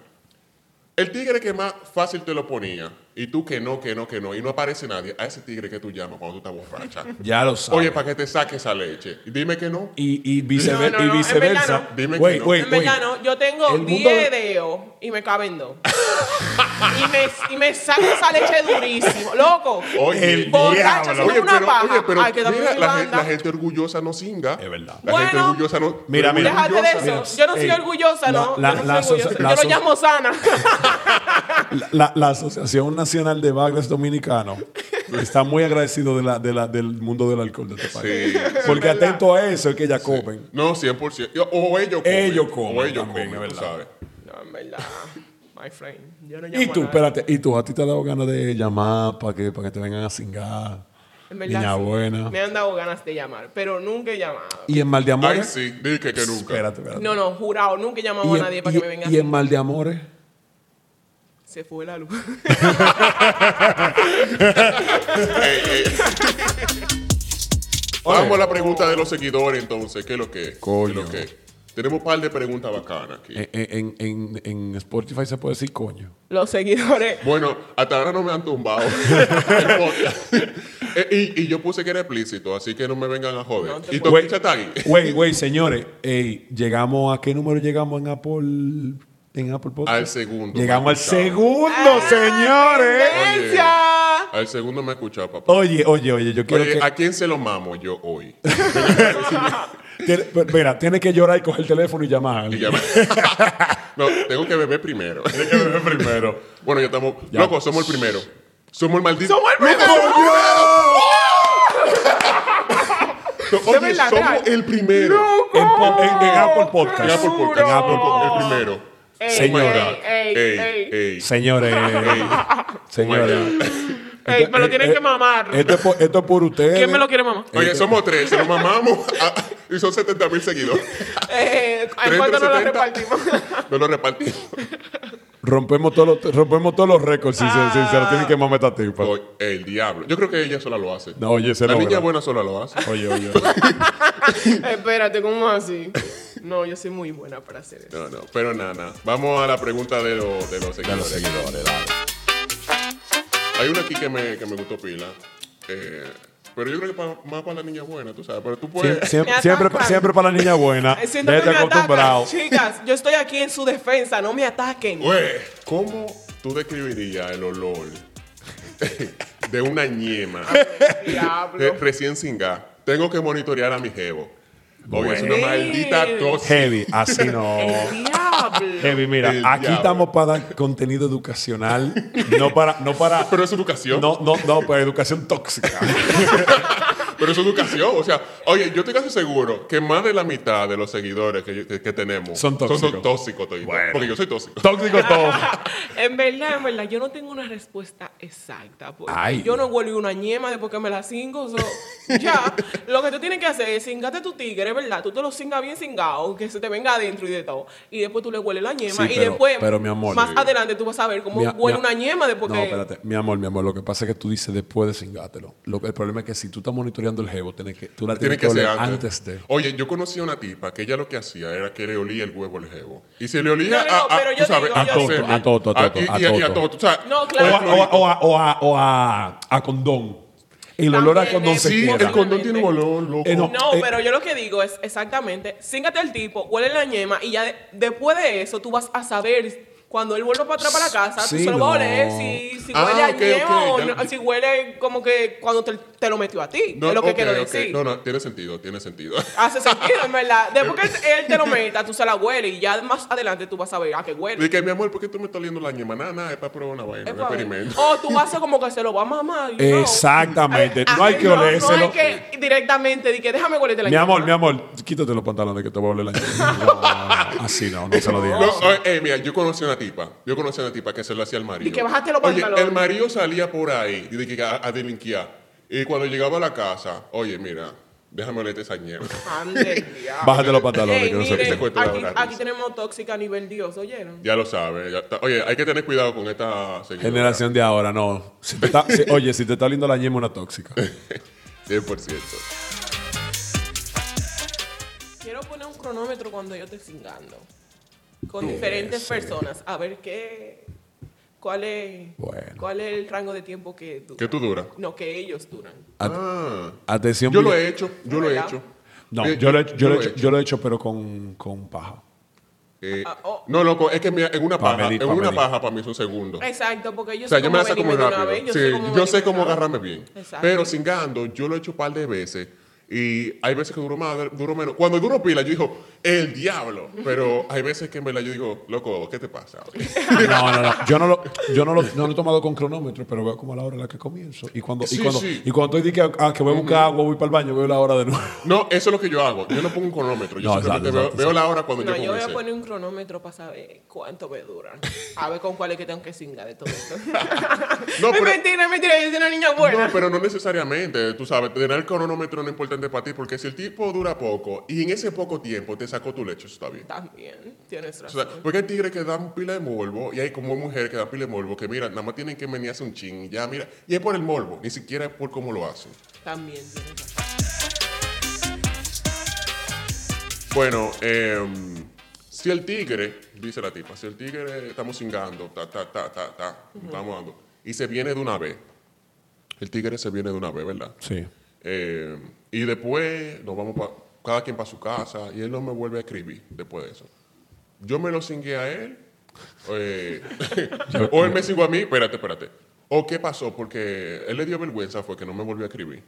[SPEAKER 3] El tigre que más fácil te lo ponía y tú que no, que no, que no, y no aparece nadie, a ese tigre que tú llamas cuando tú estás borracha.
[SPEAKER 1] Ya lo sabes.
[SPEAKER 3] Oye, para que te saque esa leche. Y dime que no.
[SPEAKER 1] y, y, vicever-
[SPEAKER 2] No, no, no,
[SPEAKER 1] y
[SPEAKER 2] en
[SPEAKER 1] viceversa.
[SPEAKER 2] verdad no.
[SPEAKER 3] Dime que
[SPEAKER 1] Wait,
[SPEAKER 3] no.
[SPEAKER 1] wait,
[SPEAKER 2] En
[SPEAKER 1] wait.
[SPEAKER 2] verdad, no, yo tengo
[SPEAKER 1] El
[SPEAKER 2] 10
[SPEAKER 1] mundo de-
[SPEAKER 2] dedos y me caben dos. y, me, y me saco esa leche durísimo. Loco.
[SPEAKER 3] Oye,
[SPEAKER 1] El
[SPEAKER 2] Borracho,
[SPEAKER 1] diablo.
[SPEAKER 2] si no es
[SPEAKER 3] Oye,
[SPEAKER 2] una
[SPEAKER 3] pero,
[SPEAKER 2] paja.
[SPEAKER 3] oye, pero
[SPEAKER 2] Ay, que también
[SPEAKER 3] mira,
[SPEAKER 2] mi
[SPEAKER 3] la, gen-
[SPEAKER 2] banda.
[SPEAKER 3] la gente orgullosa no singa.
[SPEAKER 1] Es verdad.
[SPEAKER 3] La gente
[SPEAKER 2] Bueno.
[SPEAKER 3] orgullosa no.
[SPEAKER 1] Mira, mira.
[SPEAKER 3] orgullosa-
[SPEAKER 2] Déjate de eso.
[SPEAKER 1] Mira,
[SPEAKER 2] yo no soy
[SPEAKER 1] ey,
[SPEAKER 2] orgullosa,
[SPEAKER 1] la-
[SPEAKER 2] ¿no?
[SPEAKER 1] la-
[SPEAKER 2] yo, no
[SPEAKER 1] la
[SPEAKER 2] soy
[SPEAKER 1] asocia- la
[SPEAKER 2] orgullosa. yo lo
[SPEAKER 1] asocia-
[SPEAKER 2] llamo sana.
[SPEAKER 1] La, la Asociación Nacional de Bagres Dominicanos está muy agradecido de la, de la- del mundo del alcohol de este país.
[SPEAKER 3] Sí.
[SPEAKER 1] Porque atento a eso es que ya comen.
[SPEAKER 3] No, 100%. O ellos comen.
[SPEAKER 1] Ellos comen
[SPEAKER 3] O ellos
[SPEAKER 1] también,
[SPEAKER 3] comen,
[SPEAKER 1] es
[SPEAKER 3] tú
[SPEAKER 1] verdad.
[SPEAKER 3] sabes.
[SPEAKER 2] no, en verdad. My friend. Yo no llamo
[SPEAKER 1] Y
[SPEAKER 2] a
[SPEAKER 1] tú,
[SPEAKER 2] nadie.
[SPEAKER 1] espérate, y tú, a ti te ha dado ganas de llamar para que, para que te vengan a cingar.
[SPEAKER 2] En verdad,
[SPEAKER 1] Niña
[SPEAKER 2] sí.
[SPEAKER 1] buena.
[SPEAKER 2] Me han dado ganas de llamar, pero nunca he llamado.
[SPEAKER 1] Y en mal de
[SPEAKER 3] Ay,
[SPEAKER 1] amores.
[SPEAKER 3] sí, dije que, que nunca.
[SPEAKER 1] Espérate, espérate.
[SPEAKER 2] No, no, jurado, nunca he llamado
[SPEAKER 1] y,
[SPEAKER 2] a
[SPEAKER 1] en-
[SPEAKER 2] nadie para
[SPEAKER 1] y-
[SPEAKER 2] que me venga. a
[SPEAKER 1] y en mal de amores.
[SPEAKER 2] Se fue la luz.
[SPEAKER 3] Vamos a la pregunta de los seguidores entonces. ¿Qué es lo que es?
[SPEAKER 1] Coño. Eh.
[SPEAKER 3] ¿Qué es lo que es? Tenemos un par de preguntas bacanas aquí.
[SPEAKER 1] En, en- en- en Spotify se puede decir coño.
[SPEAKER 2] Los seguidores.
[SPEAKER 3] Bueno, hasta ahora no me han tumbado. el podcast. Eh, y, y yo puse que era explícito, así que no me vengan a joder.
[SPEAKER 2] No te
[SPEAKER 3] y
[SPEAKER 1] Güey,
[SPEAKER 3] Toquicha está ahí.
[SPEAKER 1] Güey, güey, señores. ey, llegamos a qué número llegamos en Apple. En Apple Podcast.
[SPEAKER 3] Al segundo.
[SPEAKER 1] Llegamos al
[SPEAKER 3] Chao.
[SPEAKER 1] segundo,
[SPEAKER 2] ¡Ah,
[SPEAKER 1] señores.
[SPEAKER 2] ¡Tendencia!
[SPEAKER 3] Al segundo me ha escuchado, papá.
[SPEAKER 1] Oye, oye, oye, yo quiero
[SPEAKER 3] Oye,
[SPEAKER 1] que.
[SPEAKER 3] ¿a quién se lo mamo yo hoy?
[SPEAKER 1] Tiene- pero, mira, tiene que llorar y coger el teléfono y llamar a
[SPEAKER 3] Y
[SPEAKER 1] alguien.
[SPEAKER 3] ya me- no, tengo que beber primero. Tengo que beber primero. Bueno, ya estamos.
[SPEAKER 1] Ya.
[SPEAKER 3] Loco, somos el primero. Somos el maldito.
[SPEAKER 2] ¡Somos el primero!
[SPEAKER 3] No,
[SPEAKER 2] De
[SPEAKER 3] Oye,
[SPEAKER 2] verdad,
[SPEAKER 3] somos
[SPEAKER 2] trae.
[SPEAKER 3] el primero.
[SPEAKER 1] En, po- en- en Apple Podcast.
[SPEAKER 3] En Apple Podcast.
[SPEAKER 1] En Apple Podcast.
[SPEAKER 3] El primero. Oh
[SPEAKER 2] Ey,
[SPEAKER 1] Señora.
[SPEAKER 2] ey, ey, ey.
[SPEAKER 3] ey.
[SPEAKER 1] Señores. señores.
[SPEAKER 3] Oh my God.
[SPEAKER 2] Ey, me lo tienen
[SPEAKER 1] eh,
[SPEAKER 2] que mamar.
[SPEAKER 1] Esto es por, esto es por ustedes.
[SPEAKER 2] ¿Quién me lo quiere mamar?
[SPEAKER 3] Oye, somos tres, se lo mamamos ah, y son 70 mil seguidores.
[SPEAKER 2] Eh, ¿En
[SPEAKER 3] Tres
[SPEAKER 2] cuánto
[SPEAKER 3] entre
[SPEAKER 2] nos la
[SPEAKER 3] 70.
[SPEAKER 2] repartimos?
[SPEAKER 3] No lo repartimos.
[SPEAKER 1] Rompemos todos los, rompemos todos los récords si, se, si se
[SPEAKER 2] Ah.
[SPEAKER 1] lo tienen que mamar esta tipa.
[SPEAKER 3] Oye, el diablo. Yo creo que ella sola lo hace.
[SPEAKER 1] No, oye, se
[SPEAKER 3] La niña
[SPEAKER 1] logra.
[SPEAKER 3] buena sola lo hace.
[SPEAKER 1] Oye, oye.
[SPEAKER 2] Espérate, ¿cómo así? No, yo soy muy buena para hacer eso.
[SPEAKER 3] No, no, pero nada, nada. Vamos a la pregunta de, lo- de los seguidores. Hay una aquí que me, que me gustó pila. Eh, pero yo creo que pa- más para la niña buena, tú sabes. Pero tú
[SPEAKER 1] Sie-
[SPEAKER 3] puedes.
[SPEAKER 1] siempre,
[SPEAKER 2] Me
[SPEAKER 1] siempre,
[SPEAKER 2] atacan.
[SPEAKER 1] siempre para la niña buena.
[SPEAKER 2] Eh,
[SPEAKER 1] Ya
[SPEAKER 2] siento que
[SPEAKER 1] está
[SPEAKER 2] me atacan.
[SPEAKER 1] acostumbrado.
[SPEAKER 2] Chicas, yo estoy aquí en su defensa, no me ataquen.
[SPEAKER 3] Güey, ¿cómo tú describirías el olor de una ñema
[SPEAKER 2] Diablo.
[SPEAKER 3] re- recién cingada? Tengo que monitorear a mi jevo. Oye, es una
[SPEAKER 2] Güey.
[SPEAKER 3] maldita tos.
[SPEAKER 1] Heavy, así no.
[SPEAKER 2] El diablo.
[SPEAKER 1] Heavy, mira,
[SPEAKER 3] El
[SPEAKER 1] aquí
[SPEAKER 3] diablo.
[SPEAKER 1] estamos para dar contenido educacional, no para, no para,
[SPEAKER 3] Pero es educación.
[SPEAKER 1] no, no, no, para educación tóxica.
[SPEAKER 3] Pero es educación. O sea, oye, yo estoy casi seguro que más de la mitad de los seguidores que, que- que tenemos
[SPEAKER 1] Son tóxicos.
[SPEAKER 3] Son tóxicos toditos.
[SPEAKER 1] Bueno.
[SPEAKER 3] Porque yo soy tóxico.
[SPEAKER 1] Tóxico todo.
[SPEAKER 2] En verdad, en verdad, yo no tengo una respuesta exacta. Porque
[SPEAKER 1] Ay.
[SPEAKER 2] Yo no huelo una ñema después que me la cingo. so, ya, lo que tú tienes que hacer es cingarte tu tigre, ¿verdad? Tú te lo cingas bien cingado, que se te venga adentro y de todo. Y después tú le hueles la ñema.
[SPEAKER 1] Sí,
[SPEAKER 2] y
[SPEAKER 1] pero-
[SPEAKER 2] después,
[SPEAKER 1] pero, mi amor,
[SPEAKER 2] más
[SPEAKER 1] sí.
[SPEAKER 2] adelante tú vas a ver cómo
[SPEAKER 1] Mi a-
[SPEAKER 2] huele
[SPEAKER 1] mi a-
[SPEAKER 2] una ñema después
[SPEAKER 1] No,
[SPEAKER 2] que...
[SPEAKER 1] espérate. Mi amor, mi amor, lo que pasa es que tú dices después de cingátelo. Lo que, el problema es que si tú estás monitoreando el jevo, tienes que, tú la tienes,
[SPEAKER 3] Tiene que
[SPEAKER 1] que,
[SPEAKER 3] ser
[SPEAKER 1] oler
[SPEAKER 3] antes.
[SPEAKER 1] antes de.
[SPEAKER 3] Oye, yo conocí a una tipa que ella lo que hacía era que le olía el huevo al jevo. Y se le
[SPEAKER 2] No,
[SPEAKER 3] olía
[SPEAKER 2] no,
[SPEAKER 3] a, a-
[SPEAKER 2] pero
[SPEAKER 3] tú
[SPEAKER 2] yo
[SPEAKER 3] sabes,
[SPEAKER 2] digo,
[SPEAKER 3] a
[SPEAKER 2] yo
[SPEAKER 3] todo,
[SPEAKER 2] digo.
[SPEAKER 1] A toto, a toto,
[SPEAKER 3] y,
[SPEAKER 1] a
[SPEAKER 3] y- y a
[SPEAKER 1] toto.
[SPEAKER 3] todo, tú sabes.
[SPEAKER 2] No,
[SPEAKER 1] O
[SPEAKER 2] claro.
[SPEAKER 1] a, o a- o a- o a- o a- a condón. El olor a
[SPEAKER 2] También,
[SPEAKER 1] condón se
[SPEAKER 3] Sí,
[SPEAKER 1] queda.
[SPEAKER 3] el condón tiene un olor loco.
[SPEAKER 1] Eh, no.
[SPEAKER 2] No,
[SPEAKER 1] eh.
[SPEAKER 2] pero yo lo que digo es exactamente, cíngate el tipo, huele la ñema y ya de- después de eso tú vas a saber cuando él vuelva para atrás para la casa,
[SPEAKER 1] Sí,
[SPEAKER 2] tú se lo vas a
[SPEAKER 1] no.
[SPEAKER 2] oler si, si
[SPEAKER 3] Ah,
[SPEAKER 2] huele a
[SPEAKER 3] ok,
[SPEAKER 2] ñema
[SPEAKER 3] ok,
[SPEAKER 2] o
[SPEAKER 3] ya
[SPEAKER 2] no-
[SPEAKER 3] lo-
[SPEAKER 2] si huele como que cuando te, te lo metió a ti,
[SPEAKER 3] No,
[SPEAKER 2] es lo que
[SPEAKER 3] ok,
[SPEAKER 2] quiero
[SPEAKER 3] ok.
[SPEAKER 2] decir.
[SPEAKER 3] No, no, tiene sentido, tiene sentido.
[SPEAKER 2] Hace sentido, en verdad. Después que él- él te lo meta, tú se la huele y ya más adelante tú vas a saber a qué huele.
[SPEAKER 3] Dije, mi amor, ¿por qué tú me estás oliendo la ñema? Nada, nada, es para probar una vaina,
[SPEAKER 2] Es
[SPEAKER 3] un
[SPEAKER 2] pa' ver.
[SPEAKER 3] experimento.
[SPEAKER 2] O tú vas a como que se lo va a mamar. you know.
[SPEAKER 1] Exactamente.
[SPEAKER 2] Ah,
[SPEAKER 1] No hay que
[SPEAKER 2] No hay
[SPEAKER 1] olérselo.
[SPEAKER 2] que directamente, di que déjame huelerte la
[SPEAKER 1] Mi amor,
[SPEAKER 2] ñema.
[SPEAKER 1] mi amor, quítate los pantalones que te voy a oler la No, así no, no se lo digas.
[SPEAKER 3] No, oye, eh, mira, yo conocí a una tipa. Yo conocí a una tipa que se lo hacía al marido.
[SPEAKER 2] Y que bajaste los
[SPEAKER 3] Oye,
[SPEAKER 2] pantalones.
[SPEAKER 3] el marido salía por ahí y de que a, a delinquir. Y cuando llegaba a la casa, oye, mira, déjame olerte esa ñema.
[SPEAKER 2] Ande el diablo.
[SPEAKER 1] Bájate los pantalones,
[SPEAKER 2] Ey,
[SPEAKER 1] que no se
[SPEAKER 2] miren,
[SPEAKER 1] vea.
[SPEAKER 3] Ese cuento da
[SPEAKER 2] aquí,
[SPEAKER 3] una
[SPEAKER 2] aquí
[SPEAKER 3] risa.
[SPEAKER 2] tenemos tóxica a nivel Dios, ¿oyeron?
[SPEAKER 3] Ya lo sabes. ya está. Oye, hay que tener cuidado con esta seguidora.
[SPEAKER 1] Generación de ahora, no. Si te está- si- oye, si te está oliendo la ñema, una tóxica.
[SPEAKER 3] 100%.
[SPEAKER 2] Quiero poner un cronómetro cuando yo esté cingando. Con diferentes personas. A ver qué. ¿Cuál es,
[SPEAKER 1] Bueno.
[SPEAKER 2] cuál es el rango de tiempo que dura?
[SPEAKER 3] ¿Qué tú dura?
[SPEAKER 2] No, que ellos duran.
[SPEAKER 3] Ah,
[SPEAKER 1] Atención.
[SPEAKER 3] yo lo
[SPEAKER 1] Villa-
[SPEAKER 3] he hecho, yo lo he hecho.
[SPEAKER 1] No,
[SPEAKER 3] Eh,
[SPEAKER 1] yo lo he hecho, yo lo he hecho, yo lo he hecho, pero con, con paja.
[SPEAKER 3] Eh,
[SPEAKER 2] Ah, oh.
[SPEAKER 3] No, loco, es que mira, en una paja,
[SPEAKER 1] Pameli,
[SPEAKER 3] en una
[SPEAKER 1] Pameli.
[SPEAKER 3] paja para mí es un segundo.
[SPEAKER 2] Exacto, porque yo
[SPEAKER 3] O sea, yo me la
[SPEAKER 2] cómo
[SPEAKER 3] saco muy
[SPEAKER 2] venirme de una
[SPEAKER 3] rápido.
[SPEAKER 2] vez,
[SPEAKER 3] Sí, yo sé
[SPEAKER 2] venirme
[SPEAKER 3] cómo
[SPEAKER 2] de una vez.
[SPEAKER 3] agarrarme bien.
[SPEAKER 2] Exacto.
[SPEAKER 3] Pero cingando, yo lo he hecho un par de veces. Y hay veces que duro más, duro menos. Cuando duro pila, yo digo, el diablo. Pero hay veces que en verdad yo digo, loco, ¿qué te pasa?
[SPEAKER 1] No, no, no. Yo no lo, yo no lo, no lo he tomado con cronómetro, pero veo como a la hora en la que comienzo. Y cuando, y
[SPEAKER 3] Sí,
[SPEAKER 1] cuando,
[SPEAKER 3] sí.
[SPEAKER 1] y cuando estoy de que, ah, que voy a buscar agua, voy para el baño, veo la hora de nuevo.
[SPEAKER 3] No, eso es lo que yo hago. Yo no pongo un cronómetro. Yo
[SPEAKER 1] No,
[SPEAKER 3] simplemente
[SPEAKER 1] exacto,
[SPEAKER 3] veo,
[SPEAKER 1] exacto,
[SPEAKER 3] veo la hora cuando
[SPEAKER 2] No,
[SPEAKER 3] yo
[SPEAKER 2] yo voy a
[SPEAKER 3] comience.
[SPEAKER 2] poner un cronómetro para saber cuánto me duran. A ver con cuál es que tengo que cingar de todo esto.
[SPEAKER 3] No,
[SPEAKER 2] es
[SPEAKER 3] pero-
[SPEAKER 2] mentira, es mentira. Yo soy una niña buena.
[SPEAKER 3] No, pero no necesariamente. Tú sabes, tener el cronómetro no es importante para ti porque si el tipo dura poco y en ese poco tiempo te sacó tu leche, eso está bien.
[SPEAKER 2] También tienes
[SPEAKER 3] O
[SPEAKER 2] razón.
[SPEAKER 3] sea, porque hay tigres que dan pila de morbo y hay como mujeres que dan pila de morbo que, mira, nada más tienen que menearse un chin y ya, mira. Y es por el morbo, ni siquiera es por cómo lo hacen.
[SPEAKER 2] También tienes razón.
[SPEAKER 3] Bueno, em, si el tigre, dice la tipa, si el tigre estamos cingando, ta, ta, ta, ta, ta, estamos dando, y se viene de una vez. El tigre se viene de una vez, ¿verdad?
[SPEAKER 1] Sí.
[SPEAKER 3] Eh, y después nos vamos pa- cada quien para su casa y él no me vuelve a escribir después de eso. Yo me lo cingué a él. eh, o él me cingó a mí. Espérate, espérate. ¿O qué pasó? Porque él le dio vergüenza, fue que no me volvió a escribir.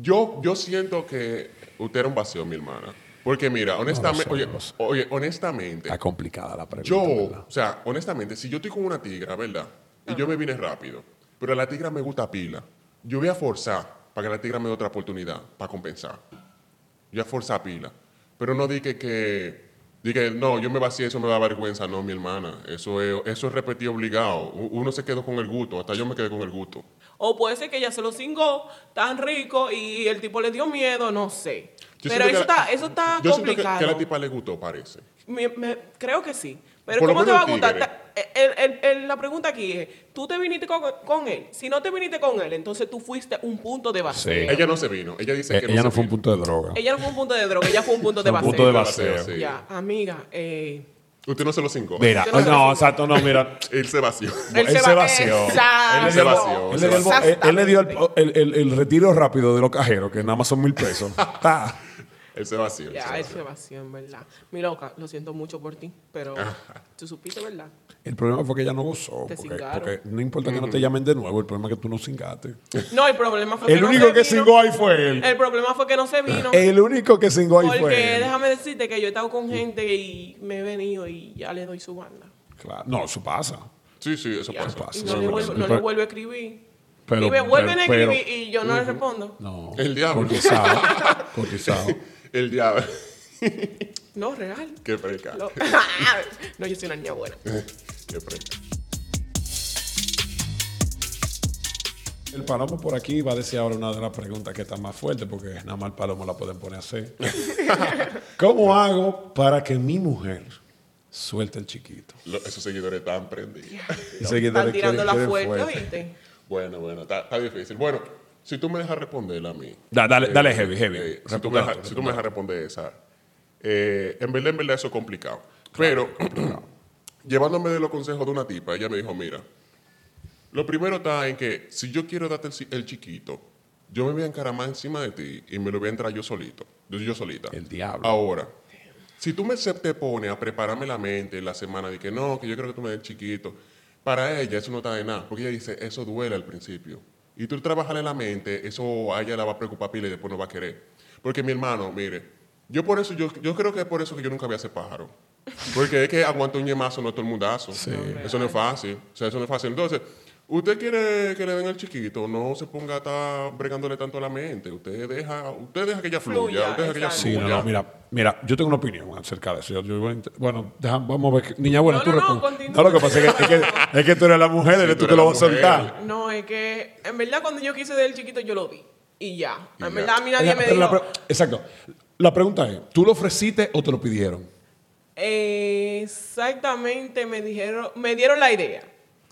[SPEAKER 3] Yo, yo siento que usted era un vacío, mi hermana. Porque mira, honestamente,
[SPEAKER 1] sé,
[SPEAKER 3] oye,
[SPEAKER 1] no lo sé.
[SPEAKER 3] oye, honestamente,
[SPEAKER 1] Está complicada la pregunta.
[SPEAKER 3] yo,
[SPEAKER 1] ¿verdad?
[SPEAKER 3] o sea, honestamente, si yo estoy con una tigra, ¿verdad? Y yo me vine rápido, pero a la tigra me gusta pila. Yo voy a forzar para que la tigra me dé otra oportunidad, para compensar. Yo voy a forzar pila. Pero no dije que, dije, no, yo me vacié, eso me da vergüenza. No, mi hermana, eso es, eso es repetir obligado. U- Uno se quedó con el gusto, hasta yo me quedé con el gusto.
[SPEAKER 2] O puede ser que ella se lo cingó tan rico y el tipo le dio miedo, no sé.
[SPEAKER 3] Yo
[SPEAKER 2] pero
[SPEAKER 3] siento
[SPEAKER 2] eso,
[SPEAKER 3] que la-
[SPEAKER 2] está, eso está
[SPEAKER 3] yo siento que-
[SPEAKER 2] complicado.
[SPEAKER 3] que a la tipa le gustó, parece.
[SPEAKER 2] Me- me- creo que sí. Pero
[SPEAKER 3] Por lo
[SPEAKER 2] ¿cómo te va
[SPEAKER 3] menos
[SPEAKER 2] a gustar?
[SPEAKER 3] el tigre.
[SPEAKER 2] Ta- eh, el- el- el- la pregunta aquí es, ¿tú te viniste con, con él? Si no te viniste con él, entonces tú fuiste un punto de vacío.
[SPEAKER 1] Sí.
[SPEAKER 3] Ella no se vino, ella dice
[SPEAKER 1] Eh,
[SPEAKER 3] que
[SPEAKER 1] ella
[SPEAKER 3] se
[SPEAKER 1] no fue un
[SPEAKER 3] vino.
[SPEAKER 1] punto de droga.
[SPEAKER 2] Ella no fue un punto de droga, ella fue un punto de
[SPEAKER 1] Fue un
[SPEAKER 2] vacío.
[SPEAKER 1] punto de
[SPEAKER 3] vacío.
[SPEAKER 1] vacío.
[SPEAKER 3] sí.
[SPEAKER 2] Ya, amiga, eh,
[SPEAKER 3] Usted no se lo cingó.
[SPEAKER 1] Mira, eh,
[SPEAKER 2] Yo no
[SPEAKER 1] no,
[SPEAKER 2] sé si-
[SPEAKER 1] exacto, no, mira.
[SPEAKER 3] Él se vació.
[SPEAKER 1] Él se
[SPEAKER 2] va-
[SPEAKER 1] vació.
[SPEAKER 2] Exacto.
[SPEAKER 3] Él se vació.
[SPEAKER 1] Él le dio, el, bo- él- él le dio el- el-
[SPEAKER 2] Exactamente.
[SPEAKER 1] el- el retiro rápido de los cajeros, que nada más son mil pesos. Ah. Ta.
[SPEAKER 3] Él se vació. él se
[SPEAKER 2] Ya, él
[SPEAKER 3] vació.
[SPEAKER 2] se vació, en verdad. Mi loca, lo siento mucho por ti, pero
[SPEAKER 3] Ah.
[SPEAKER 2] tú supiste, ¿verdad?
[SPEAKER 1] El problema fue que ella no gozó.
[SPEAKER 2] Te
[SPEAKER 1] Porque,
[SPEAKER 2] cingaron.
[SPEAKER 1] porque no importa que no te llamen de nuevo, el problema es que tú no cingaste.
[SPEAKER 2] No, el problema fue que
[SPEAKER 1] El
[SPEAKER 2] no
[SPEAKER 1] único
[SPEAKER 2] se
[SPEAKER 1] que
[SPEAKER 2] vino.
[SPEAKER 1] cingó ahí fue él.
[SPEAKER 2] El problema fue que no se vino.
[SPEAKER 1] El único que cingó ahí
[SPEAKER 2] Porque
[SPEAKER 1] fue él.
[SPEAKER 2] déjame decirte que yo he estado con gente y me he venido y ya le doy su banda.
[SPEAKER 1] Claro. No, eso pasa.
[SPEAKER 3] Sí, sí, eso
[SPEAKER 2] Ya.
[SPEAKER 3] pasa.
[SPEAKER 1] pasa.
[SPEAKER 2] Y
[SPEAKER 1] Eso
[SPEAKER 2] no, le
[SPEAKER 1] pasa.
[SPEAKER 2] vuelvo, no le
[SPEAKER 1] Pero-
[SPEAKER 2] vuelvo a escribir.
[SPEAKER 1] Pero-
[SPEAKER 2] y me vuelven a
[SPEAKER 1] pero-
[SPEAKER 2] escribir y yo no le respondo.
[SPEAKER 1] No.
[SPEAKER 3] El diablo.
[SPEAKER 1] Cortizado. cortizado.
[SPEAKER 3] El diablo.
[SPEAKER 2] No, real.
[SPEAKER 3] Qué freca.
[SPEAKER 2] No. no, yo soy una niña buena.
[SPEAKER 3] Qué freca.
[SPEAKER 1] El palomo por aquí va a decir ahora una de las preguntas que está más fuerte, porque nada más el palomo la pueden poner a hacer. ¿Cómo hago para que mi mujer suelte el chiquito?
[SPEAKER 3] Lo- esos seguidores están prendidos.
[SPEAKER 1] Y seguidores
[SPEAKER 2] Están tirando
[SPEAKER 1] quieren-
[SPEAKER 2] la
[SPEAKER 1] quieren
[SPEAKER 2] fuerte, ¿viste?
[SPEAKER 3] Bueno, bueno, está, está difícil. Bueno, si tú me dejas responderla a mí.
[SPEAKER 1] Da- dale, dale heavy,
[SPEAKER 3] eh,
[SPEAKER 1] heavy.
[SPEAKER 3] si, tú
[SPEAKER 1] Reputado,
[SPEAKER 3] me dejas, si tú
[SPEAKER 1] reputado.
[SPEAKER 3] me dejas responder esa. eh, en verdad, en verdad, eso es complicado. Pero, llevándome de los consejos de una tipa, ella me dijo, mira, lo primero está en que si yo quiero darte el, ci- el chiquito, yo me voy a encaramar encima de ti y me lo voy a entrar yo solito, yo, yo solita.
[SPEAKER 1] El diablo.
[SPEAKER 3] Ahora, si tú me se- te pones a prepararme la mente la semana de que no, que yo creo que tú me des el chiquito, para ella eso no está de nada, porque ella dice, eso duele al principio. Y tú trabajarle la mente, eso a ella la va a preocupar pila y después no va a querer. Porque mi hermano, mire, yo por eso, yo, yo creo que es por eso que yo nunca voy a ser pájaro. Porque es que aguanta un yemazo, no todo el mundazo. Eso no es fácil. O sea, eso no es fácil. Entonces, usted quiere que le den el chiquito, no se ponga a estar bregándole tanto la mente. Usted deja, usted deja que ella fluya,
[SPEAKER 2] Fluya,
[SPEAKER 3] usted deja que ella
[SPEAKER 2] exacto.
[SPEAKER 1] Sí,
[SPEAKER 3] fluya.
[SPEAKER 1] no, no, mira, mira, yo tengo una opinión acerca de eso. Yo- yo voy a int- bueno, deja- vamos a ver. que- Niña buena,
[SPEAKER 2] No,
[SPEAKER 1] tú
[SPEAKER 2] no, no,
[SPEAKER 1] respondes.
[SPEAKER 2] continúa.
[SPEAKER 1] No, lo que pasa es que, es que, es que tú eres la mujer, eres tú
[SPEAKER 3] tú
[SPEAKER 1] que
[SPEAKER 3] eres
[SPEAKER 1] lo
[SPEAKER 3] la
[SPEAKER 1] vas a
[SPEAKER 3] mujer.
[SPEAKER 1] soltar.
[SPEAKER 2] No, es que en verdad cuando yo quise del chiquito yo lo vi. Y ya.
[SPEAKER 3] Y
[SPEAKER 2] en
[SPEAKER 3] ya.
[SPEAKER 2] verdad a mí nadie
[SPEAKER 1] Ella-
[SPEAKER 2] me
[SPEAKER 1] pero
[SPEAKER 2] dijo.
[SPEAKER 1] la pre- exacto. La pregunta es, ¿tú lo ofreciste o te lo pidieron?
[SPEAKER 2] "Eh, exactamente me dijeron, me dieron la idea.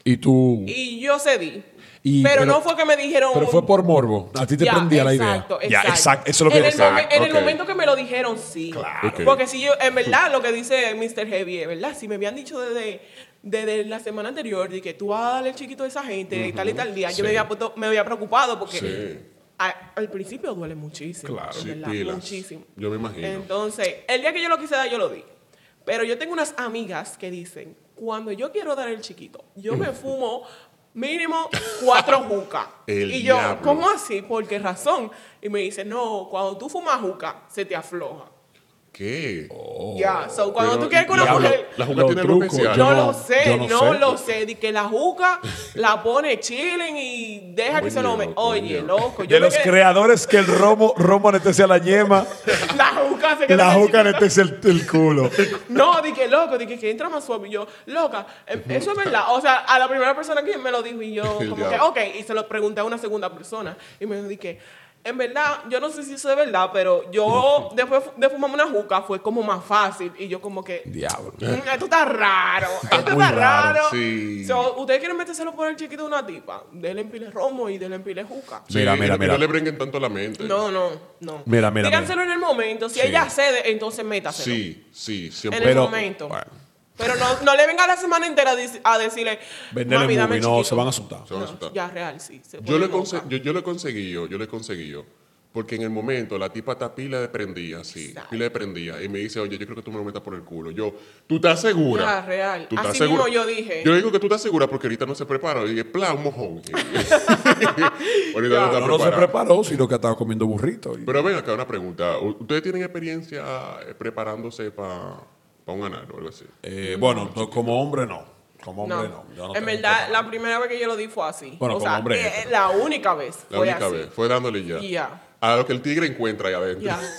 [SPEAKER 1] Y tú...
[SPEAKER 2] Y yo cedí.
[SPEAKER 1] Y-
[SPEAKER 2] pero,
[SPEAKER 1] pero-
[SPEAKER 2] no fue que me dijeron.
[SPEAKER 1] Pero fue por morbo. A ti te
[SPEAKER 2] Ya,
[SPEAKER 1] prendía la idea.
[SPEAKER 2] exacto,
[SPEAKER 1] Ya, exacto. Eso es lo que
[SPEAKER 2] en
[SPEAKER 1] yo
[SPEAKER 2] el,
[SPEAKER 1] decía.
[SPEAKER 2] momen- en el
[SPEAKER 3] Ok.
[SPEAKER 2] momento que me lo dijeron, sí.
[SPEAKER 1] Claro.
[SPEAKER 3] Ok.
[SPEAKER 2] Porque si yo, en verdad, lo que dice Mr. Heavy, es verdad, si me habían dicho desde, desde la semana anterior de que tú vas a darle el chiquito a esa gente y tal y tal día, yo me había, puesto- me había preocupado porque
[SPEAKER 3] Sí.
[SPEAKER 2] a- al principio duele muchísimo.
[SPEAKER 1] Claro.
[SPEAKER 2] en
[SPEAKER 3] Sí,
[SPEAKER 2] verdad,
[SPEAKER 3] pilas.
[SPEAKER 2] muchísimo.
[SPEAKER 3] Yo me imagino.
[SPEAKER 2] Entonces, el día que yo lo quise dar, yo lo di. Pero yo tengo unas amigas que dicen, cuando yo quiero dar el chiquito, yo me fumo Mínimo cuatro jucas.
[SPEAKER 3] El
[SPEAKER 2] y yo,
[SPEAKER 3] diablo.
[SPEAKER 2] ¿cómo así? ¿Por qué razón? Y me dice, no, cuando tú fumas juca, se te afloja.
[SPEAKER 3] ¿Qué?
[SPEAKER 2] Ya, so, cuando
[SPEAKER 3] Pero,
[SPEAKER 2] tú quieres que una
[SPEAKER 3] diablo,
[SPEAKER 2] mujer...
[SPEAKER 3] La juca
[SPEAKER 1] Los
[SPEAKER 3] tiene algo
[SPEAKER 1] trucos,
[SPEAKER 3] especial.
[SPEAKER 2] Yo
[SPEAKER 1] Yo
[SPEAKER 2] lo
[SPEAKER 1] no-
[SPEAKER 2] sé,
[SPEAKER 1] yo
[SPEAKER 2] no,
[SPEAKER 1] no sé.
[SPEAKER 2] lo sé. Di que la juca la pone chilling y deja que se lo
[SPEAKER 3] Coño,
[SPEAKER 2] me. Oye,
[SPEAKER 3] coño.
[SPEAKER 2] loco.
[SPEAKER 1] De
[SPEAKER 2] me
[SPEAKER 1] los
[SPEAKER 2] quedé-
[SPEAKER 1] creadores que el romo, romo anestesia la yema,
[SPEAKER 2] La juca se quedó
[SPEAKER 1] la
[SPEAKER 2] así.
[SPEAKER 1] juca anestesia el, el culo.
[SPEAKER 2] No, di que loco, di que, que entra más suave. Y yo, loca, em, eso es verdad. O sea, a la primera persona que me lo dijo y yo,
[SPEAKER 3] El
[SPEAKER 2] como que,
[SPEAKER 3] diablo.
[SPEAKER 2] ok. Y se lo pregunté a una segunda persona. Y me dije, que, en verdad, yo no sé si eso es verdad, pero yo después fu- de fumarme una juca fue como más fácil. Y yo, como que,
[SPEAKER 1] Diablo.
[SPEAKER 2] Mm, Esto está raro. Esto está
[SPEAKER 1] muy
[SPEAKER 2] raro.
[SPEAKER 1] raro,
[SPEAKER 3] sí.
[SPEAKER 2] So, Ustedes quieren metérselo por el chiquito de una tipa. Dele en pile romo y dele en pile juca.
[SPEAKER 3] Sí,
[SPEAKER 1] Mira,
[SPEAKER 3] y
[SPEAKER 1] mira,
[SPEAKER 3] no- y
[SPEAKER 1] mira.
[SPEAKER 3] No le brinquen tanto la mente.
[SPEAKER 2] No, no, no.
[SPEAKER 1] Mira, mira,
[SPEAKER 2] Díganselo en el momento. Si ella cede, entonces métaselo.
[SPEAKER 3] Sí, sí,
[SPEAKER 2] En
[SPEAKER 3] siempre.
[SPEAKER 2] el
[SPEAKER 1] Pero,
[SPEAKER 2] momento.
[SPEAKER 1] bueno.
[SPEAKER 2] Pero no, no le venga la semana entera a dec- a decirle.
[SPEAKER 1] Venderle
[SPEAKER 2] "Mami, dame
[SPEAKER 1] movie,
[SPEAKER 2] el
[SPEAKER 1] no,
[SPEAKER 2] chiquito".
[SPEAKER 1] se van a asustar.
[SPEAKER 3] Se van a asustar.
[SPEAKER 2] Ya, real, sí. se
[SPEAKER 3] Yo
[SPEAKER 2] pone
[SPEAKER 3] lo, he
[SPEAKER 2] loca.
[SPEAKER 3] conse- yo, yo lo he conseguido, yo lo he conseguido. Porque en el momento la tipa está pila de prendida, sí,
[SPEAKER 2] Exacto.
[SPEAKER 3] pila de prendida. Y me dice, oye, yo creo que tú me lo metas por el culo. Yo, ¿tú estás segura?
[SPEAKER 2] Ya, Ah, real.
[SPEAKER 3] ¿Tú estás
[SPEAKER 2] Así
[SPEAKER 3] segura?
[SPEAKER 2] mismo yo dije.
[SPEAKER 3] Yo digo que tú estás segura porque ahorita no se prepara. Y dije, pla, un mojón. ahorita no, está
[SPEAKER 1] No, no se
[SPEAKER 3] preparado.
[SPEAKER 1] preparó, sino que estaba comiendo burrito. y-
[SPEAKER 3] Pero ven acá una pregunta. ¿U- ¿Ustedes tienen experiencia eh, preparándose para un anal o algo así?
[SPEAKER 1] Eh, bueno, no, como hombre no. Como
[SPEAKER 2] No.
[SPEAKER 1] hombre no. Yo no
[SPEAKER 2] en
[SPEAKER 1] tengo
[SPEAKER 2] verdad,
[SPEAKER 1] problema.
[SPEAKER 2] la primera vez que yo lo di fue así.
[SPEAKER 1] Bueno,
[SPEAKER 2] o
[SPEAKER 1] como
[SPEAKER 2] sea,
[SPEAKER 1] hombre
[SPEAKER 2] eh,
[SPEAKER 1] hetero.
[SPEAKER 2] la única vez.
[SPEAKER 3] La
[SPEAKER 2] fue
[SPEAKER 3] única
[SPEAKER 2] así.
[SPEAKER 3] vez. Fue dándole ya.
[SPEAKER 2] Ya.
[SPEAKER 3] A lo que el tigre encuentra ahí adentro.
[SPEAKER 2] Ya.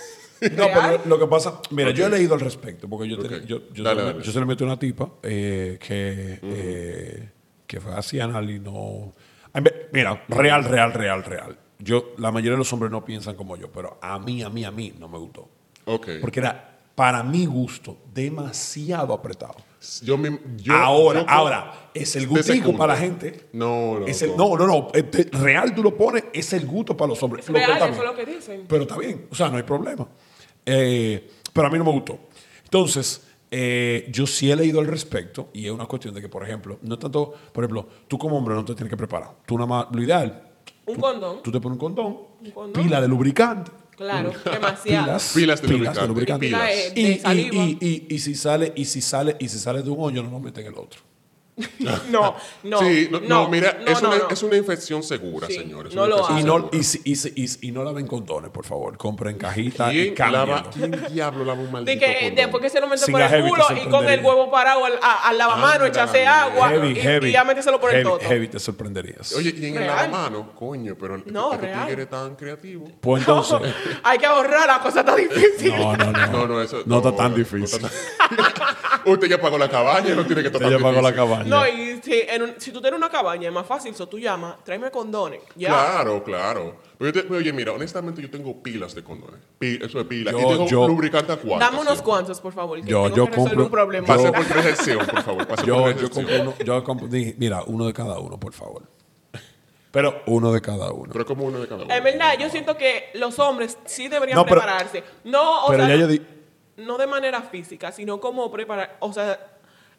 [SPEAKER 1] No,
[SPEAKER 2] Real.
[SPEAKER 1] pero lo que pasa, mira, yo he
[SPEAKER 3] Ok.
[SPEAKER 1] leído al respecto, porque yo, tenía-
[SPEAKER 3] Ok.
[SPEAKER 1] yo, yo se,
[SPEAKER 3] Dale,
[SPEAKER 1] le-
[SPEAKER 3] dale.
[SPEAKER 1] yo se le metí una tipa eh, que, eh, que fue así anal y no... Ay, ve- Mira, real, real, real, real. Yo, la mayoría de los hombres no piensan como yo, pero a mí, a mí, a mí no me gustó.
[SPEAKER 3] Ok.
[SPEAKER 1] Porque era, para mi gusto, demasiado apretado.
[SPEAKER 3] Yo me, yo-
[SPEAKER 1] ahora,
[SPEAKER 3] yo-
[SPEAKER 1] ahora, es el gustico
[SPEAKER 3] segundo.
[SPEAKER 1] para la gente.
[SPEAKER 3] No, no.
[SPEAKER 1] Es el- no, no, no. eh, te- Real tú lo pones, es el gusto para los hombres. Lo
[SPEAKER 2] Real,
[SPEAKER 1] cual
[SPEAKER 2] eso es
[SPEAKER 1] también.
[SPEAKER 2] lo que dicen.
[SPEAKER 1] Pero está bien, o sea, no hay problema. Eh, pero a mí no me gustó. Entonces, eh, yo sí he leído al respecto y es una cuestión de que, por ejemplo, no es tanto, por ejemplo, tú como hombre no te tienes que preparar. Tú nada más, lo ideal,
[SPEAKER 2] Un condón.
[SPEAKER 1] tú te pones un condón,
[SPEAKER 2] Un condón.
[SPEAKER 1] pila de lubricante.
[SPEAKER 2] Claro, demasiado.
[SPEAKER 1] Pilas,
[SPEAKER 3] Pilas de lubricante.
[SPEAKER 1] lubricante.
[SPEAKER 3] Y pilas.
[SPEAKER 2] Pila de-
[SPEAKER 1] Y,
[SPEAKER 2] de
[SPEAKER 1] y-
[SPEAKER 2] saliva.
[SPEAKER 1] y- y- y si sale, y si sale, y si sale de un hoyo, no lo meten en el otro.
[SPEAKER 2] No, no.
[SPEAKER 3] sí, no, no, mira,
[SPEAKER 2] no,
[SPEAKER 3] es,
[SPEAKER 2] no,
[SPEAKER 3] una,
[SPEAKER 2] no.
[SPEAKER 3] es una infección segura,
[SPEAKER 2] Sí,
[SPEAKER 3] señores.
[SPEAKER 2] no lo
[SPEAKER 1] Y
[SPEAKER 2] Ah,
[SPEAKER 1] no, y, si- y, si- y, si- y no laven condones, por favor. Compren cajita y
[SPEAKER 3] ¿Quién, lava,
[SPEAKER 1] cámbienlo.
[SPEAKER 3] ¿Quién diablo lava un
[SPEAKER 2] De
[SPEAKER 3] maldito
[SPEAKER 2] que
[SPEAKER 3] condón?
[SPEAKER 2] después que se lo mete
[SPEAKER 1] Sin
[SPEAKER 2] por
[SPEAKER 1] la
[SPEAKER 2] el
[SPEAKER 1] heavy te
[SPEAKER 2] culo y con el
[SPEAKER 1] sorprendería.
[SPEAKER 2] huevo parado al, a- al lavamano,
[SPEAKER 3] Ándale.
[SPEAKER 2] echarse agua
[SPEAKER 1] Heavy,
[SPEAKER 2] y,
[SPEAKER 1] heavy.
[SPEAKER 2] y ya méteselo por el
[SPEAKER 1] heavy,
[SPEAKER 2] toto.
[SPEAKER 1] heavy, te sorprenderías.
[SPEAKER 3] Oye, y en el
[SPEAKER 2] Real.
[SPEAKER 3] lavamano, coño, pero el
[SPEAKER 2] No,
[SPEAKER 3] este
[SPEAKER 2] real.
[SPEAKER 3] tigre tan creativo.
[SPEAKER 1] Pues entonces.
[SPEAKER 2] Hay que ahorrar, la cosa está difícil.
[SPEAKER 1] No, no, no.
[SPEAKER 3] No, no, eso
[SPEAKER 1] no está tan
[SPEAKER 3] no
[SPEAKER 1] difícil.
[SPEAKER 3] está tan- Usted ya pagó la cabaña, no tiene que estar
[SPEAKER 1] Ella
[SPEAKER 3] tan
[SPEAKER 1] pagó la
[SPEAKER 3] difícil.
[SPEAKER 1] cabaña.
[SPEAKER 2] No, y si, en un- si tú tienes una cabaña es más fácil, so tú llamas, tráeme condones. Ya.
[SPEAKER 3] Claro, claro. Pero yo te- oye, mira, honestamente yo tengo pilas de condones. Pi- eso es pilas.
[SPEAKER 1] Yo-
[SPEAKER 3] y tengo
[SPEAKER 1] yo-
[SPEAKER 3] lubricante a cuatro.
[SPEAKER 2] Dame unos
[SPEAKER 3] sí.
[SPEAKER 2] cuantos, por favor. Que
[SPEAKER 1] Yo-
[SPEAKER 2] tengo
[SPEAKER 1] yo
[SPEAKER 2] que resolver
[SPEAKER 1] compro-
[SPEAKER 2] un problema.
[SPEAKER 3] Pase por tres sección, por favor. Pase
[SPEAKER 1] Yo,
[SPEAKER 3] por tres
[SPEAKER 1] yo
[SPEAKER 3] sección.
[SPEAKER 1] compré uno. Yo compré- dije, mira, uno de cada uno, por favor. Pero uno de cada uno.
[SPEAKER 3] Pero como uno de cada uno.
[SPEAKER 2] En verdad, yo siento que los hombres sí deberían
[SPEAKER 1] No, pero-
[SPEAKER 2] prepararse. No, o
[SPEAKER 1] Pero
[SPEAKER 2] sea,
[SPEAKER 1] ya yo di.
[SPEAKER 2] no de manera física, sino como preparar, o sea,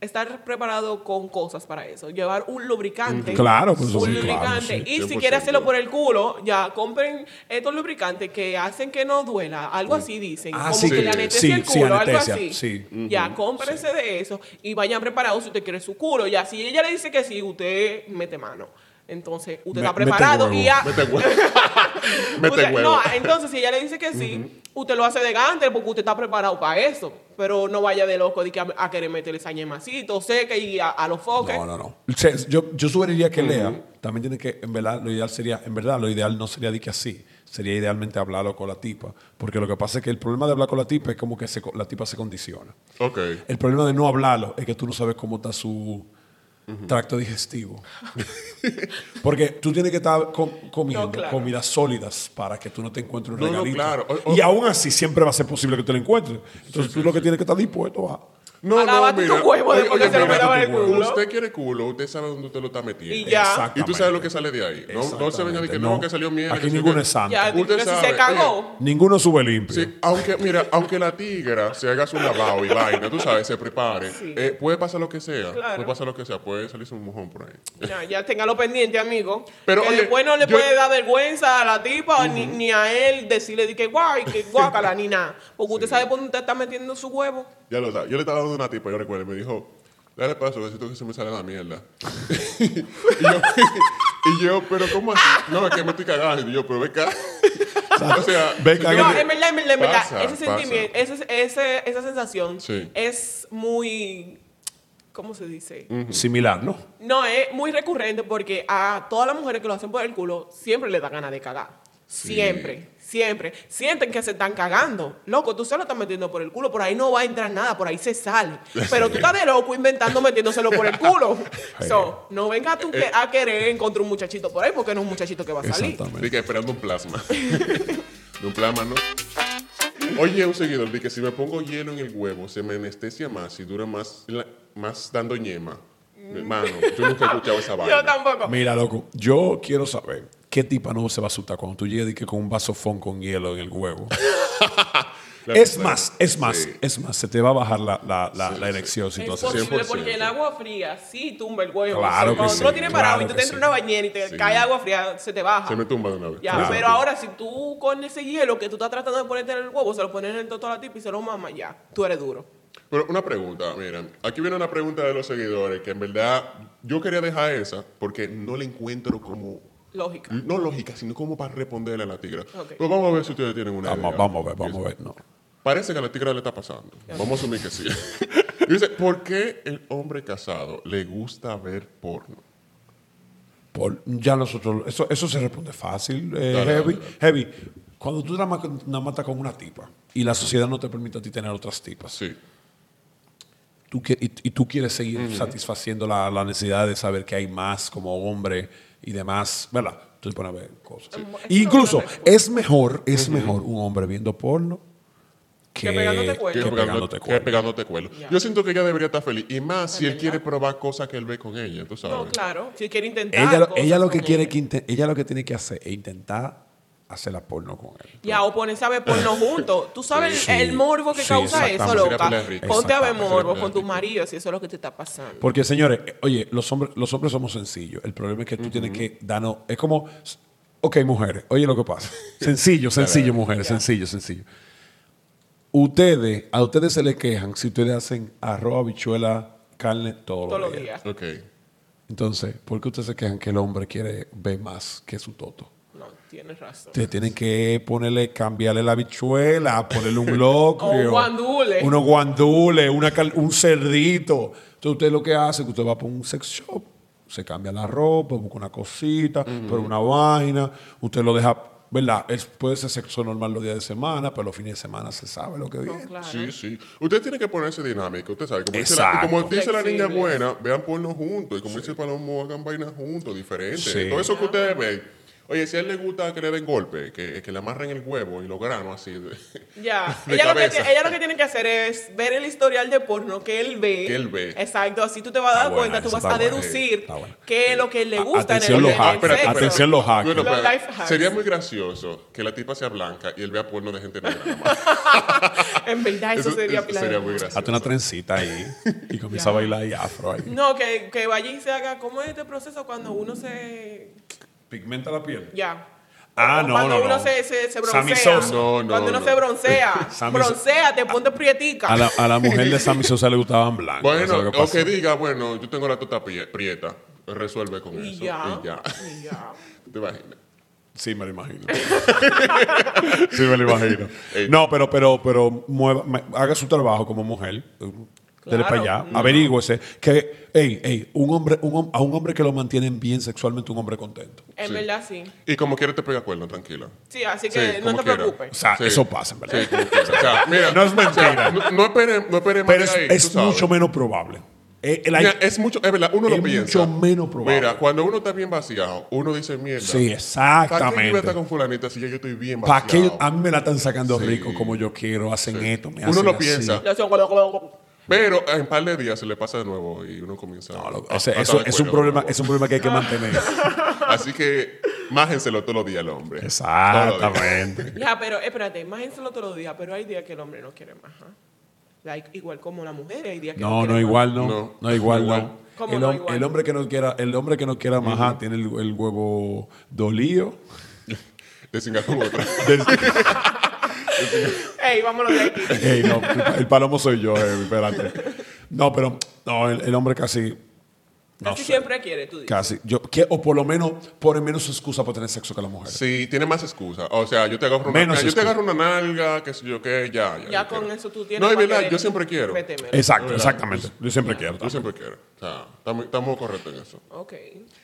[SPEAKER 2] estar preparado con cosas para eso. Llevar un lubricante.
[SPEAKER 1] Claro, pues,
[SPEAKER 2] Un
[SPEAKER 1] sí, claro,
[SPEAKER 2] lubricante.
[SPEAKER 1] sí.
[SPEAKER 2] Y si
[SPEAKER 3] 100%.
[SPEAKER 2] quiere hacerlo por el culo, ya compren estos lubricantes que hacen que no duela. Algo así dicen.
[SPEAKER 1] Ah,
[SPEAKER 2] como
[SPEAKER 1] sí,
[SPEAKER 2] que le
[SPEAKER 1] sí,
[SPEAKER 2] anestesia el
[SPEAKER 1] sí,
[SPEAKER 2] culo, algo
[SPEAKER 1] anestesia,
[SPEAKER 2] así.
[SPEAKER 1] sí.
[SPEAKER 2] Ya, cómprense de eso y vayan preparados si usted quiere su culo. Ya, si ella le dice que sí, usted mete mano. Entonces, usted
[SPEAKER 1] Me-
[SPEAKER 2] está
[SPEAKER 1] mete
[SPEAKER 2] preparado
[SPEAKER 1] huevo,
[SPEAKER 2] y ya.
[SPEAKER 3] Mete huevo. Mete
[SPEAKER 2] Usted-
[SPEAKER 3] huevo.
[SPEAKER 2] No, eh, entonces si ella le dice que sí, usted lo hace de gante porque usted está preparado para eso. Pero no vaya de loco de que a, a querer meterle esa ñemacito seca y a, a los foques.
[SPEAKER 1] No, no, no. O sea, yo, yo sugeriría que lea. También tiene que, en verdad, lo ideal sería, en verdad, lo ideal no sería de que así. Sería idealmente hablarlo con la tipa. Porque lo que pasa es que el problema de hablar con la tipa es como que se co- la tipa se condiciona.
[SPEAKER 3] Ok.
[SPEAKER 1] El problema de no hablarlo es que tú no sabes cómo está su tracto digestivo. Porque tú tienes que estar com- comiendo
[SPEAKER 2] No, claro.
[SPEAKER 1] comidas sólidas para que tú no te encuentres un
[SPEAKER 3] No, no,
[SPEAKER 1] regalito.
[SPEAKER 3] claro. O- o-
[SPEAKER 1] y aún así siempre va a ser posible que te lo encuentres. Entonces tú lo que tienes que estar dispuesto a...
[SPEAKER 3] No,
[SPEAKER 2] Alávate
[SPEAKER 3] no, mira.
[SPEAKER 2] tu huevo después que se lo
[SPEAKER 3] mira,
[SPEAKER 2] metaba en el
[SPEAKER 3] tu
[SPEAKER 2] culo.
[SPEAKER 3] huevo. Usted quiere culo, usted sabe dónde usted lo está metiendo.
[SPEAKER 2] Y ya.
[SPEAKER 3] Y tú sabes lo que sale de ahí. No, no se venga de que no,
[SPEAKER 1] Exactamente.
[SPEAKER 3] que salió mierda.
[SPEAKER 1] Aquí
[SPEAKER 3] que sí,
[SPEAKER 1] ninguno
[SPEAKER 3] que-
[SPEAKER 1] es santo.
[SPEAKER 2] Ya,
[SPEAKER 3] Usted
[SPEAKER 2] que si
[SPEAKER 3] sabe,
[SPEAKER 2] se cagó.
[SPEAKER 1] Ninguno sube limpio.
[SPEAKER 3] Sí, aunque, mira, aunque la tigra se haga su lavado y vaina, tú sabes, se prepare. eh, puede pasar lo que sea.
[SPEAKER 2] Claro.
[SPEAKER 3] Puede pasar lo que sea. Puede salirse un mojón por ahí.
[SPEAKER 2] Ya, ya téngalo pendiente, amigo.
[SPEAKER 3] Pero,
[SPEAKER 2] que
[SPEAKER 3] oye,
[SPEAKER 2] después no le
[SPEAKER 3] yo-
[SPEAKER 2] puede dar vergüenza a la tipa ni, ni a él decirle de que guay, que guácala, ni nada. Porque usted sabe por dónde usted está metiendo su huevo.
[SPEAKER 3] Ya lo sabes. Yo le estaba dando una tipa, yo recuerdo, y me dijo, Dale paso, a ver si tú que se me sale la mierda. y, yo, y yo, pero ¿cómo así? No, es que me estoy cagando. Y yo, pero ve acá. o sea,
[SPEAKER 1] Ve acá.
[SPEAKER 2] No,
[SPEAKER 3] tú tienes
[SPEAKER 1] Cágate.
[SPEAKER 2] en verdad, en verdad, en verdad,
[SPEAKER 3] Pasa,
[SPEAKER 2] ese
[SPEAKER 3] pasa.
[SPEAKER 2] sentimiento, ese- ese- esa sensación
[SPEAKER 3] Sí.
[SPEAKER 2] es muy, ¿cómo se dice?
[SPEAKER 1] Similar, ¿no?
[SPEAKER 2] No, es muy recurrente porque a todas las mujeres que lo hacen por el culo siempre les da ganas de cagar. Siempre, siempre. Sienten que se están cagando. Loco, tú se lo estás metiendo por el culo. Por ahí no va a entrar nada, por ahí se sale. Pero tú estás de loco inventando metiéndoselo por el culo. So, no vengas
[SPEAKER 1] Eh,
[SPEAKER 2] tú que- a querer encontrar un muchachito por ahí porque no es un muchachito que va a salir.
[SPEAKER 3] Dije, esperando un plasma. de un plasma, ¿no? Oye, un seguidor, dije, si me pongo hielo en el huevo, se me anestesia más y dura más, la- más dando ñema. Hermano, yo nunca he escuchado esa vaina.
[SPEAKER 2] Mm. Yo tampoco.
[SPEAKER 1] Mira, loco, yo quiero saber qué tipa no se va a asustar cuando tú llegues y que con un vasofón con hielo en el huevo.
[SPEAKER 3] La
[SPEAKER 1] es
[SPEAKER 3] verdad.
[SPEAKER 1] más, es más,
[SPEAKER 3] Sí.
[SPEAKER 1] es más, se te va a bajar la, la, la,
[SPEAKER 3] Sí,
[SPEAKER 1] la
[SPEAKER 3] sí.
[SPEAKER 1] erección si tú
[SPEAKER 2] Es
[SPEAKER 1] haces eso.
[SPEAKER 2] posible
[SPEAKER 3] 100%.
[SPEAKER 2] porque el agua fría sí tumba el huevo.
[SPEAKER 1] Claro
[SPEAKER 2] Sí,
[SPEAKER 1] que
[SPEAKER 2] cuando
[SPEAKER 1] sí,
[SPEAKER 2] tú lo tienes parado
[SPEAKER 1] claro
[SPEAKER 2] y tú
[SPEAKER 1] que
[SPEAKER 2] te entras
[SPEAKER 1] sí.
[SPEAKER 2] en una bañera y te
[SPEAKER 3] Sí.
[SPEAKER 2] cae agua fría, se te baja.
[SPEAKER 3] Se me tumba de una vez.
[SPEAKER 2] Ya,
[SPEAKER 1] Claro.
[SPEAKER 2] pero ahora si tú con ese hielo que tú estás tratando de ponerte en el huevo, se lo pones en el toto a la tipa y se lo mama, ya, tú eres duro.
[SPEAKER 3] Pero una pregunta, miren, aquí viene una pregunta de los seguidores que en verdad yo quería dejar esa porque no la encuentro como,
[SPEAKER 2] Lógica.
[SPEAKER 1] Mm.
[SPEAKER 3] no lógica, sino como para responderle a la tigra.
[SPEAKER 2] Ok.
[SPEAKER 3] Pero vamos a ver si ustedes tienen una
[SPEAKER 1] Vamos,
[SPEAKER 3] idea.
[SPEAKER 1] vamos a ver, vamos a ver. No.
[SPEAKER 3] Parece que a la tigra le está pasando. Vamos a asumir que sí. Dice, ¿por qué el hombre casado le gusta ver porno?
[SPEAKER 1] Por- ya nosotros, eso, eso se responde fácil, eh,
[SPEAKER 3] Dale,
[SPEAKER 1] Heavy.
[SPEAKER 3] dale, dale.
[SPEAKER 1] Heavy, cuando tú nada más, nada más estás con una tipa y la sociedad no te permite a ti tener otras tipas,
[SPEAKER 3] Sí.
[SPEAKER 1] tú que- y, y tú quieres seguir satisfaciendo la, la necesidad de saber que hay más como hombre y demás, ¿verdad? Tú te pones a ver cosas.
[SPEAKER 2] Sí.
[SPEAKER 1] Incluso
[SPEAKER 2] Eso es
[SPEAKER 1] es mejor, es mejor un hombre viendo porno que,
[SPEAKER 2] Que pegándote cuerno.
[SPEAKER 1] que
[SPEAKER 3] Que
[SPEAKER 1] pegándote
[SPEAKER 3] pegándote, que
[SPEAKER 1] cuerno.
[SPEAKER 3] pegándote cuerno. Yo siento que ella debería estar feliz. Y más si él quiere probar cosas que él ve con ella, tú sabes.
[SPEAKER 2] No, claro. Si quiere intentar.
[SPEAKER 1] Ella, lo-
[SPEAKER 2] Ah, cosas
[SPEAKER 1] ella lo
[SPEAKER 2] con
[SPEAKER 1] que quiere
[SPEAKER 2] él.
[SPEAKER 1] que inte- ella lo que tiene que hacer es intentar hacer la porno con él.
[SPEAKER 2] Ya, o ponerse a ver porno juntos. Tú sabes
[SPEAKER 1] Sí.
[SPEAKER 2] el morbo que
[SPEAKER 1] Sí,
[SPEAKER 2] causa eso,
[SPEAKER 1] exactamente.
[SPEAKER 2] loca.
[SPEAKER 3] Sería rico.
[SPEAKER 2] Ponte a ver
[SPEAKER 1] Exactamente.
[SPEAKER 2] morbo
[SPEAKER 3] Sería
[SPEAKER 2] con tu
[SPEAKER 3] rico.
[SPEAKER 2] marido si eso es lo que te está pasando.
[SPEAKER 1] Porque, señores, eh, oye, los hombres, los hombres somos sencillos. El problema es que tú tienes que darnos. Es como. s- Ok, mujeres, oye lo que pasa. Sencillo, sencillo, mujeres, sencillo, sencillo. Ustedes, a ustedes se les quejan si ustedes hacen arroz, habichuela, carne todos,
[SPEAKER 2] Todos
[SPEAKER 1] los
[SPEAKER 2] los
[SPEAKER 1] días.
[SPEAKER 2] días.
[SPEAKER 3] Ok.
[SPEAKER 1] Entonces, ¿por qué ustedes se quejan que el hombre quiere ver más que su toto?
[SPEAKER 2] No, tienes razón.
[SPEAKER 1] Ustedes tienen que ponerle, cambiarle la bichuela, ponerle un locrio.
[SPEAKER 2] O guandule.
[SPEAKER 1] Unos guandules, una cal- un cerdito. Entonces usted lo que hace es que usted va por un sex shop, se cambia la ropa, busca una cosita, pero una vaina. Usted lo deja, ¿verdad? Es- puede ser sexo normal los días de semana, pero los fines de semana se sabe lo que viene.
[SPEAKER 2] Claro.
[SPEAKER 3] Sí, sí. Usted tiene que ponerse dinámico, usted sabe. Como dice,
[SPEAKER 1] Exacto.
[SPEAKER 3] la, como dice la niña
[SPEAKER 2] Flexibles.
[SPEAKER 3] buena, vean porno juntos. Y como dice el palomo, hagan vainas juntos, diferentes.
[SPEAKER 1] Sí.
[SPEAKER 3] Todo eso que ustedes ven. Oye, si a él le gusta que le den golpe, que, que le amarren el huevo y lo granos así. de-
[SPEAKER 2] Ya,
[SPEAKER 3] de
[SPEAKER 2] ella lo, que,
[SPEAKER 3] cabeza.
[SPEAKER 2] ella lo que tiene que hacer es ver el historial de porno que él ve.
[SPEAKER 3] Que él ve.
[SPEAKER 2] Exacto, así tú te vas a
[SPEAKER 1] Está
[SPEAKER 2] dar
[SPEAKER 1] buena,
[SPEAKER 2] cuenta,
[SPEAKER 1] esa
[SPEAKER 2] tú vas
[SPEAKER 1] está
[SPEAKER 2] a
[SPEAKER 1] buena. eh,
[SPEAKER 2] deducir
[SPEAKER 1] Está buena.
[SPEAKER 2] qué es lo que le
[SPEAKER 1] A-
[SPEAKER 2] gusta.
[SPEAKER 1] atención
[SPEAKER 2] en el,
[SPEAKER 1] los
[SPEAKER 3] ah,
[SPEAKER 1] hacks,
[SPEAKER 2] en el
[SPEAKER 1] espérate,
[SPEAKER 2] sexo.
[SPEAKER 1] atención los hacks.
[SPEAKER 3] Bueno,
[SPEAKER 2] Los
[SPEAKER 3] pero
[SPEAKER 2] life hacks.
[SPEAKER 3] sería muy gracioso que la tipa sea blanca y él vea porno de gente negra. nada más.
[SPEAKER 2] En verdad, Ah, eso, sería plan.
[SPEAKER 3] sería muy gracioso.
[SPEAKER 1] Hazte una trencita ahí y comienza a bailar ahí afro ahí.
[SPEAKER 2] No, que, que vaya y se haga. ¿Cómo es este proceso cuando uno se.
[SPEAKER 1] Pigmenta la piel.
[SPEAKER 2] Ya.
[SPEAKER 1] Ah, no,
[SPEAKER 2] Cuando
[SPEAKER 1] no,
[SPEAKER 2] uno
[SPEAKER 1] no.
[SPEAKER 2] Se, se, se
[SPEAKER 1] Sammy
[SPEAKER 2] broncea.
[SPEAKER 1] Sosa.
[SPEAKER 3] No, no,
[SPEAKER 2] cuando uno
[SPEAKER 3] no.
[SPEAKER 2] se broncea.
[SPEAKER 1] Sammy Sosa. Ah,
[SPEAKER 2] broncea, te ponte prietica.
[SPEAKER 1] A la, a la mujer de Sammy Sosa le gustaban blancos. eso es
[SPEAKER 3] Bueno,
[SPEAKER 1] lo que
[SPEAKER 3] o
[SPEAKER 1] pasa.
[SPEAKER 3] que diga, bueno, yo tengo la tota pie- prieta, resuelve con
[SPEAKER 2] y,
[SPEAKER 3] eso.
[SPEAKER 2] ya,
[SPEAKER 3] Y ya.
[SPEAKER 2] y ya.
[SPEAKER 3] ¿Te imaginas?
[SPEAKER 1] Sí, me lo imagino. sí, me lo imagino.
[SPEAKER 3] Eh.
[SPEAKER 1] No, pero, pero, pero mueva, ma- haga su trabajo como mujer. eh, Dele para allá,
[SPEAKER 2] no.
[SPEAKER 1] averígüese que, hey, hey, un hombre, un hom- a un hombre que lo mantienen bien sexualmente, un hombre contento.
[SPEAKER 2] En
[SPEAKER 3] Sí.
[SPEAKER 2] verdad, sí.
[SPEAKER 3] Y como quiera te pega cuerno, tranquila.
[SPEAKER 2] Sí, así
[SPEAKER 3] Sí,
[SPEAKER 2] que no
[SPEAKER 3] como
[SPEAKER 2] te
[SPEAKER 3] quiera.
[SPEAKER 2] preocupes.
[SPEAKER 1] O sea,
[SPEAKER 3] Sí.
[SPEAKER 1] eso pasa, en ¿verdad?
[SPEAKER 3] Sí, como quiera. O sea, mira,
[SPEAKER 1] No es
[SPEAKER 3] o sea,
[SPEAKER 1] mentira.
[SPEAKER 3] no, no espere, no espere
[SPEAKER 1] Pero
[SPEAKER 3] más
[SPEAKER 1] es,
[SPEAKER 3] ahí,
[SPEAKER 1] es
[SPEAKER 3] tú sabes.
[SPEAKER 1] mucho menos probable. Eh, el-
[SPEAKER 3] Mira, es mucho, es verdad, uno
[SPEAKER 1] Es
[SPEAKER 3] lo piensa.
[SPEAKER 1] mucho menos probable.
[SPEAKER 3] Mira, cuando uno está bien vaciado, uno dice mierda.
[SPEAKER 1] sí,
[SPEAKER 3] ¿Para qué yo voy a
[SPEAKER 1] exactamente.
[SPEAKER 3] estar con fulanita si ya yo estoy bien
[SPEAKER 1] ¿Para
[SPEAKER 3] vaciado?
[SPEAKER 1] qué yo- a mí me la están sacando
[SPEAKER 3] Sí.
[SPEAKER 1] rico como yo quiero? Hacen
[SPEAKER 3] Sí.
[SPEAKER 1] esto, me
[SPEAKER 3] Uno
[SPEAKER 1] hacen
[SPEAKER 3] lo
[SPEAKER 1] así.
[SPEAKER 3] piensa.
[SPEAKER 2] Le hacen-
[SPEAKER 3] Pero en un par de días se le pasa de nuevo y uno comienza.
[SPEAKER 1] No, lo-
[SPEAKER 3] a-
[SPEAKER 1] o sea,
[SPEAKER 3] a
[SPEAKER 1] eso
[SPEAKER 3] estar de
[SPEAKER 1] es un,
[SPEAKER 3] cuerno
[SPEAKER 1] problema,
[SPEAKER 3] de nuevo.
[SPEAKER 1] es un problema que hay que mantener.
[SPEAKER 3] Así que májenselo todos los días al hombre. Todos los días.
[SPEAKER 1] Exactamente.
[SPEAKER 2] Ya, pero espérate, imagínenselo todos los días, pero hay días que el hombre no quiere más. ¿ah? Like, igual como la mujer, hay días que
[SPEAKER 1] No,
[SPEAKER 2] quiere
[SPEAKER 1] no
[SPEAKER 2] más.
[SPEAKER 1] igual no. No,
[SPEAKER 3] No.
[SPEAKER 1] igual
[SPEAKER 3] Igual.
[SPEAKER 1] no.
[SPEAKER 2] ¿Cómo
[SPEAKER 1] El,
[SPEAKER 2] no
[SPEAKER 1] hom-
[SPEAKER 2] igual?
[SPEAKER 1] el hombre que no quiera, el hombre que no quiera majá tiene el, el huevo dolido.
[SPEAKER 3] De cingar con otra.
[SPEAKER 2] Ey, vámonos de aquí.
[SPEAKER 1] Ey, no, el palomo soy yo, eh, espérate. No, pero no, el, el hombre casi. No
[SPEAKER 2] Casi
[SPEAKER 1] sé.
[SPEAKER 2] siempre quiere, tú dices.
[SPEAKER 1] Casi. Yo, que- o por lo menos pone menos excusa para tener sexo que la mujer.
[SPEAKER 3] Sí, tiene más excusa. O sea, yo te agarro una,
[SPEAKER 1] Menos
[SPEAKER 3] yo te
[SPEAKER 1] excusa.
[SPEAKER 3] agarro una nalga, qué sé yo qué, ya. Ya,
[SPEAKER 2] Ya
[SPEAKER 3] yo
[SPEAKER 2] con
[SPEAKER 3] quiero.
[SPEAKER 2] eso tú tienes.
[SPEAKER 3] No, es
[SPEAKER 2] pa'
[SPEAKER 3] verdad,
[SPEAKER 2] querer
[SPEAKER 3] yo siempre quiero.
[SPEAKER 2] metérmelo.
[SPEAKER 1] Exacto,
[SPEAKER 3] Verdad.
[SPEAKER 1] exactamente. Yo siempre quiero.
[SPEAKER 3] Yo siempre quiero. O sea, estamos estamos correctos en eso.
[SPEAKER 2] Ok.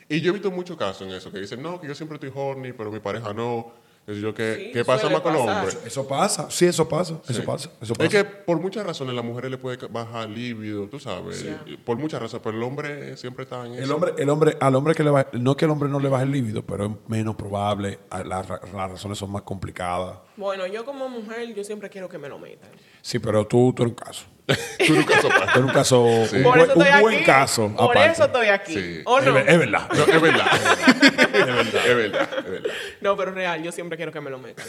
[SPEAKER 3] Y yo he visto muchos casos en eso, que dicen, no, que yo siempre estoy horny, pero mi pareja no. Qué sé yo qué,
[SPEAKER 2] Sí,
[SPEAKER 3] ¿qué pasa
[SPEAKER 2] suele
[SPEAKER 3] más con los
[SPEAKER 2] pasar.
[SPEAKER 3] hombres?
[SPEAKER 1] Eso pasa. Sí, eso pasa. Eso
[SPEAKER 3] Sí.
[SPEAKER 1] pasa. Eso pasa.
[SPEAKER 3] Es que por muchas razones las mujeres le puede ca- bajar libido, tú sabes. y- y Por muchas razones, pero el hombre eh, siempre está en eso.
[SPEAKER 1] el hombre, el hombre, al hombre que le va, no que el hombre no le baje el líbido, pero es menos probable. a- la ra- las razones son más complicadas.
[SPEAKER 2] Bueno, yo como mujer, yo siempre quiero que me lo metan.
[SPEAKER 1] Sí, pero tú, tú eres un caso.
[SPEAKER 3] Tú nunca sopas.
[SPEAKER 1] Tú eres un caso, Eh, un,
[SPEAKER 2] Por
[SPEAKER 1] buen-
[SPEAKER 2] eso estoy
[SPEAKER 1] un buen
[SPEAKER 2] aquí.
[SPEAKER 1] caso.
[SPEAKER 2] Por
[SPEAKER 1] aparte.
[SPEAKER 2] eso estoy aquí.
[SPEAKER 3] Sí.
[SPEAKER 2] ¿O
[SPEAKER 1] Es
[SPEAKER 2] no?
[SPEAKER 1] ver- es verdad.
[SPEAKER 3] No, es verdad. es verdad, es verdad, es verdad.
[SPEAKER 2] No, pero real, yo siempre quiero que me lo metan.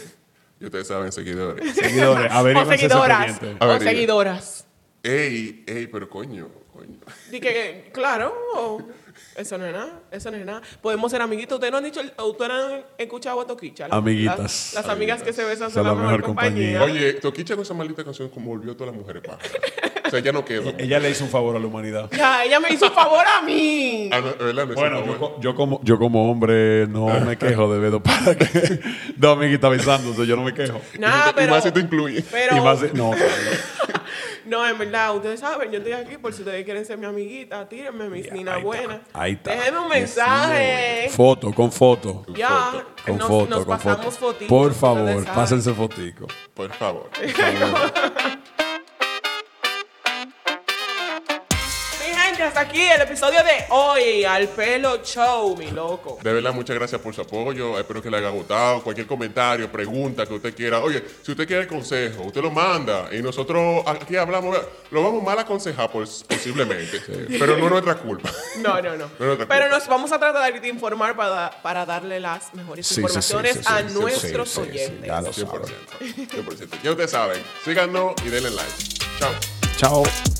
[SPEAKER 3] Y ustedes saben, seguidores.
[SPEAKER 1] Seguidores,
[SPEAKER 2] O
[SPEAKER 1] averíguense ese
[SPEAKER 2] seguidoras.
[SPEAKER 1] pendiente.
[SPEAKER 3] A
[SPEAKER 2] O
[SPEAKER 3] ver, dime.
[SPEAKER 2] seguidoras.
[SPEAKER 3] Ey, ey, pero coño, coño.
[SPEAKER 2] Di que, claro, o- eso no es nada, eso no es nada. Podemos ser amiguitos. Ustedes no han dicho, ustedes han escuchado a Toquicha. Las-
[SPEAKER 1] Amiguitas.
[SPEAKER 2] Las, las amigas que se besan
[SPEAKER 1] Son
[SPEAKER 2] son la mejor compañía.
[SPEAKER 3] Oye, Toquicha con esa maldita canción como volvió a todas las mujeres pájaras. O sea, ya no queda.
[SPEAKER 1] Ella le hizo un favor a la humanidad.
[SPEAKER 2] Ya, ella me hizo un favor a mí.
[SPEAKER 3] Ah, no, ¿verdad? No,
[SPEAKER 1] Bueno,
[SPEAKER 3] sí,
[SPEAKER 1] yo, co- yo como, yo como hombre no me quejo de Bedo para que dos amiguitas besándose, yo no me quejo.
[SPEAKER 2] Nah,
[SPEAKER 3] y
[SPEAKER 2] pero,
[SPEAKER 3] más si te incluye.
[SPEAKER 2] pero-
[SPEAKER 1] Y más de- no,
[SPEAKER 2] no, en verdad, ustedes saben, yo estoy aquí por si ustedes quieren ser mi amiguita, tírenme mis
[SPEAKER 1] Ya,
[SPEAKER 2] ninas
[SPEAKER 1] ahí está,
[SPEAKER 2] buenas.
[SPEAKER 1] ahí está.
[SPEAKER 2] Déjenme un
[SPEAKER 1] Mis
[SPEAKER 2] mensaje.
[SPEAKER 1] foto, con foto.
[SPEAKER 2] Ya,
[SPEAKER 1] Con
[SPEAKER 2] nos,
[SPEAKER 1] foto,
[SPEAKER 2] nos
[SPEAKER 1] con foto.
[SPEAKER 2] pasamos fotitos.
[SPEAKER 1] Por
[SPEAKER 2] ustedes
[SPEAKER 1] favor,
[SPEAKER 2] saben.
[SPEAKER 1] pásense fotico.
[SPEAKER 3] Por favor.
[SPEAKER 2] Mi gente, hasta aquí el episodio de hoy, al pelo show, mi loco.
[SPEAKER 3] De verdad, muchas gracias por su apoyo. Espero que le haya gustado. Cualquier comentario, pregunta que usted quiera. Oye, si usted quiere consejo, usted lo manda. Y nosotros aquí hablamos. vea, Lo vamos mal a aconsejar, pues, posiblemente. Pero no es nuestra culpa.
[SPEAKER 2] No, no, no.
[SPEAKER 3] Pero no te
[SPEAKER 2] Pero
[SPEAKER 3] culpo.
[SPEAKER 2] nos vamos a tratar de informar para, para darle las mejores
[SPEAKER 1] Sí, sí, sí,
[SPEAKER 2] informaciones
[SPEAKER 1] sí, sí,
[SPEAKER 2] a
[SPEAKER 1] sí, sí,
[SPEAKER 2] nuestros
[SPEAKER 1] sí, sí,
[SPEAKER 2] oyentes.
[SPEAKER 1] ya lo saben.
[SPEAKER 3] 100%. 100%. Ya ustedes saben. Síganos y denle like. Chao.
[SPEAKER 1] Chao.